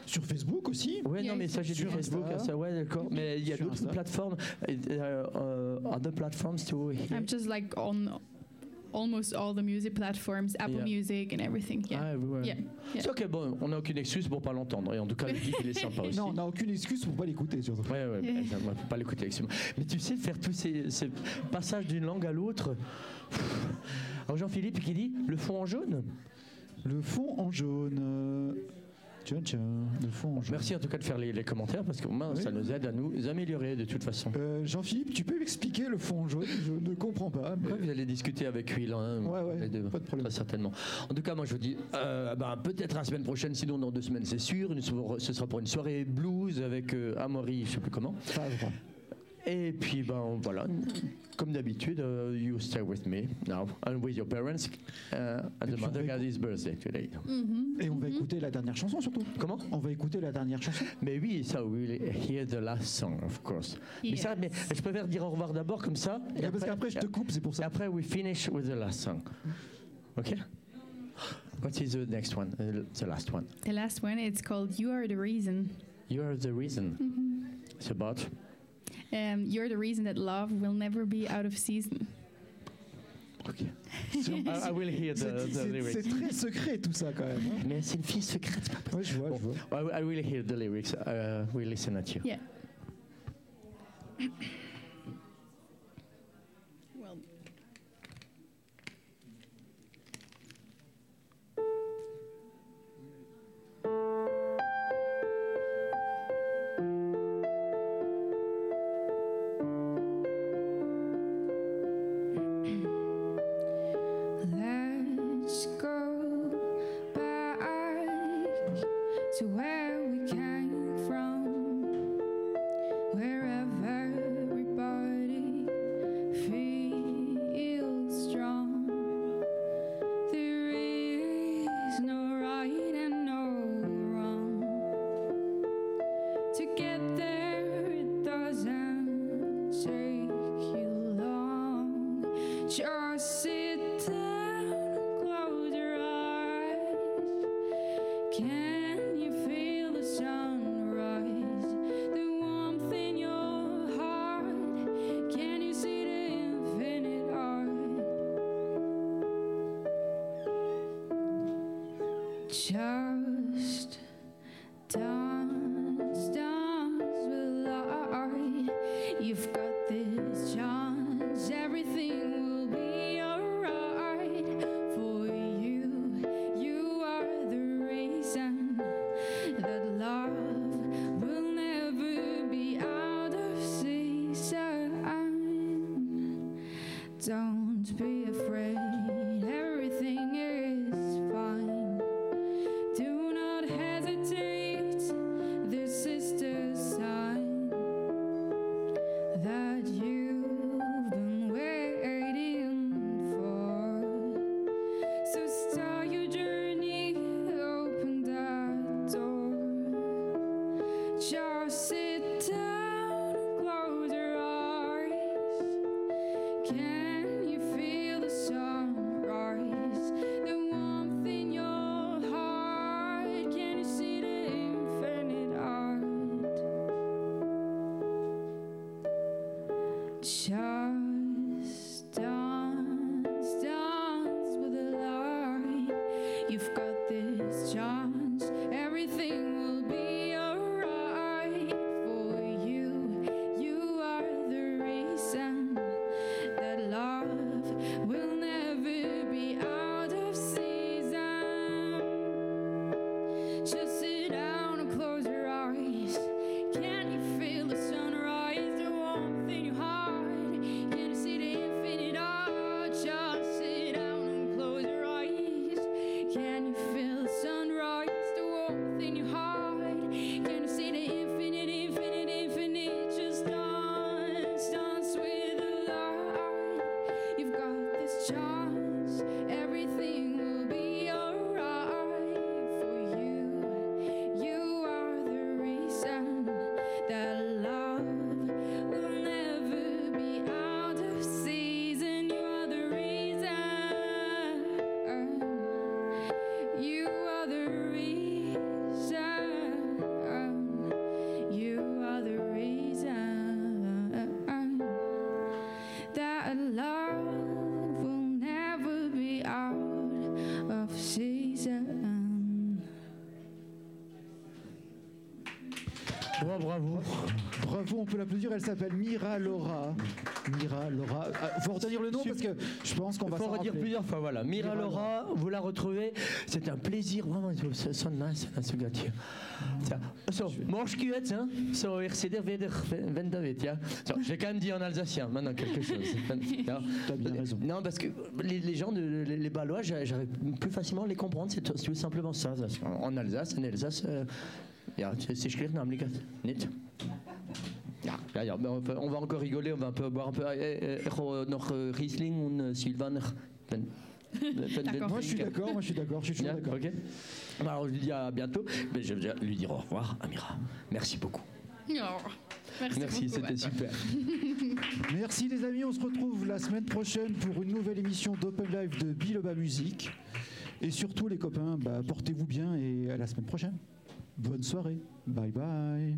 C: sur Facebook aussi.
D: Ouais,
B: Yeah,
D: non, mais ça j'ai du
C: sur
D: Facebook, hein,
C: Insta.
D: ça, ouais, d'accord. Mais il y a
C: Sur
D: d'autres
C: Insta.
D: plateformes, et, euh, euh, other platforms too.
B: I'm just like on almost all the music platforms, Apple
D: Yeah.
B: Music and everything. Yeah.
D: Ah, everywhere.
B: Yeah, yeah.
D: C'est ok, bon, on n'a aucune excuse pour pas l'entendre. Et en tout
B: [LAUGHS]
D: cas, le titre, il est sympa aussi.
C: Non, on n'a aucune excuse pour pas l'écouter. surtout.
D: Ouais,
C: [LAUGHS]
D: ouais,
B: Yeah.
D: bah, on peut pas l'écouter, excuse-moi. Mais tu sais, faire tous ces, ces passages d'une langue à l'autre. Alors Jean-Philippe qui dit le fond en jaune.
C: Le fond en jaune. euh, Tiens, tiens, le fond en jaune.
D: Merci en tout cas de faire les, les commentaires parce que au moins,
C: Oui.
D: ça nous aide à nous améliorer de toute façon.
C: Euh, Jean-Philippe, tu peux m'expliquer le fond en jaune Je ne comprends pas. mais-
D: Ouais, vous allez discuter avec lui là, hein,
C: Ouais, ouais,
D: les deux.
C: pas de problème.
D: Très certainement. En tout cas, moi je vous dis, euh, bah, peut-être la semaine prochaine, sinon dans deux semaines, c'est sûr. Une soirée- ce sera pour une soirée blues avec euh, Amaury, je sais plus comment.
C: Favre.
D: Et puis, ben voilà, comme d'habitude, euh, you stay with me now and with your parents. Uh, and
C: Et
D: the
C: puis on
D: mother
C: va
D: got his birthday today.
C: Et on va écouter la dernière chanson surtout.
D: Comment
C: On va écouter la dernière chanson.
D: Mais oui, ça, we will hear the last song, of course. Mais ça, mais je préfère dire au revoir d'abord comme ça. et
C: Ah, parce qu'après, je te coupe, c'est pour
D: et
C: ça.
D: après, we finish with the last song. OK What is the next one? Uh, The last one.
B: The last one, it's called You Are the Reason.
D: You are the reason. It's about.
B: Um, You're the Reason that Love Will Never Be Out of Season.
D: OK. I, I will hear the,
C: [LAUGHS] C'est-
D: the
C: C'est c'est
D: lyrics.
C: très secret tout ça quand même. hein.
D: Mais c'est une fille secrète. c'est pas
C: Oui, je vois,
D: Bon.
C: je vois.
D: I, I will hear the lyrics. Uh, we listen at you.
B: Yeah. well,
E: Let's go back to where we came from, where everybody feels strong. There is no right and no wrong. To get there, it doesn't take you long. Just sit down and close your eyes. Can you feel the sunrise? The warmth in your heart. Can you see the infinite art? Just dance, dance with light. You've got this chance, everything will be alright for you. You are the reason that love will never be out of season. Don't be afraid, everything is fine. Do not hesitate, this is the sign that you've been waiting for. So start your journey, open that door. Just sit down, close your eyes. Can you feel the sunrise? The warmth in your heart? Can you see the infinite art? Just dance, dance with the light. You've got this chance. Everything will be alright for you. You are the reason that love will never be out of season. Just sit down and close your eyes. Can you feel the sunrise, the warmth in your heart? Can you see the infinite art? Just sit down and close your eyes. Can you feel the sunrise, the warmth in your heart? Can you see the infinite, infinite, infinite? Just dance, dance with the light. You've got this chance. Everything will be alright for you. You are the reason that love will never be out of season. You are the reason. You are the reason. You are the reason that love will never be out of season.
D: Bon, bravo.
C: Bravo, on peut l'applaudir. Elle s'appelle Mira Laura. Mira Laura. Ah, faut retenir le nom parce que je pense qu'on
D: Il
C: va
D: faut
C: s'en
D: redire
C: rappeler.
D: plusieurs fois, voilà. Mira
C: Mira
D: Laura, vous la retrouvez. C'est un plaisir, vraiment. Ça sonne nice, ça sonne gâté. Ça. So, mange cuette, hein. So, er c'est der Weder, wenn da wird, ja. So, J'ai quand même dit en alsacien, maintenant, quelque
C: [LAUGHS]
D: chose. Ja.
C: T'as bien raison.
D: Non, parce que les, les gens, de- les, les Balois, j'a- j'arrive plus facilement à les comprendre. C'est tout- c'est tout simplement ça. ça. En Alsace, en Alsace, euh, ja, c'est c'est schwer, nämlich, nicht. Ja. Ja, ja, ja. Maar we- On va encore rigoler, on va un peu boire un peu. Eh, eh, eh, nog eh, Riesling ou eh, Sylvaner. Ben- ben- ben-
B: D'accord.
C: Moi, je suis [LAUGHS] d'accord, moi, je suis d'accord, je suis toujours
D: Ja,
C: d'accord.
D: ok. Bah, alors, je lui dis à bientôt, mais je vais lui dire au revoir, Amira. Merci beaucoup.
B: Oh, [LAUGHS] merci,
D: Merci,
B: beaucoup,
D: c'était
B: Vincent.
D: super.
C: Merci les amis, on se retrouve la semaine prochaine pour une nouvelle émission d'Open Live de Biloba Musique. Et surtout les copains, bah, portez-vous bien et à la semaine prochaine. Bonne soirée. Bye bye.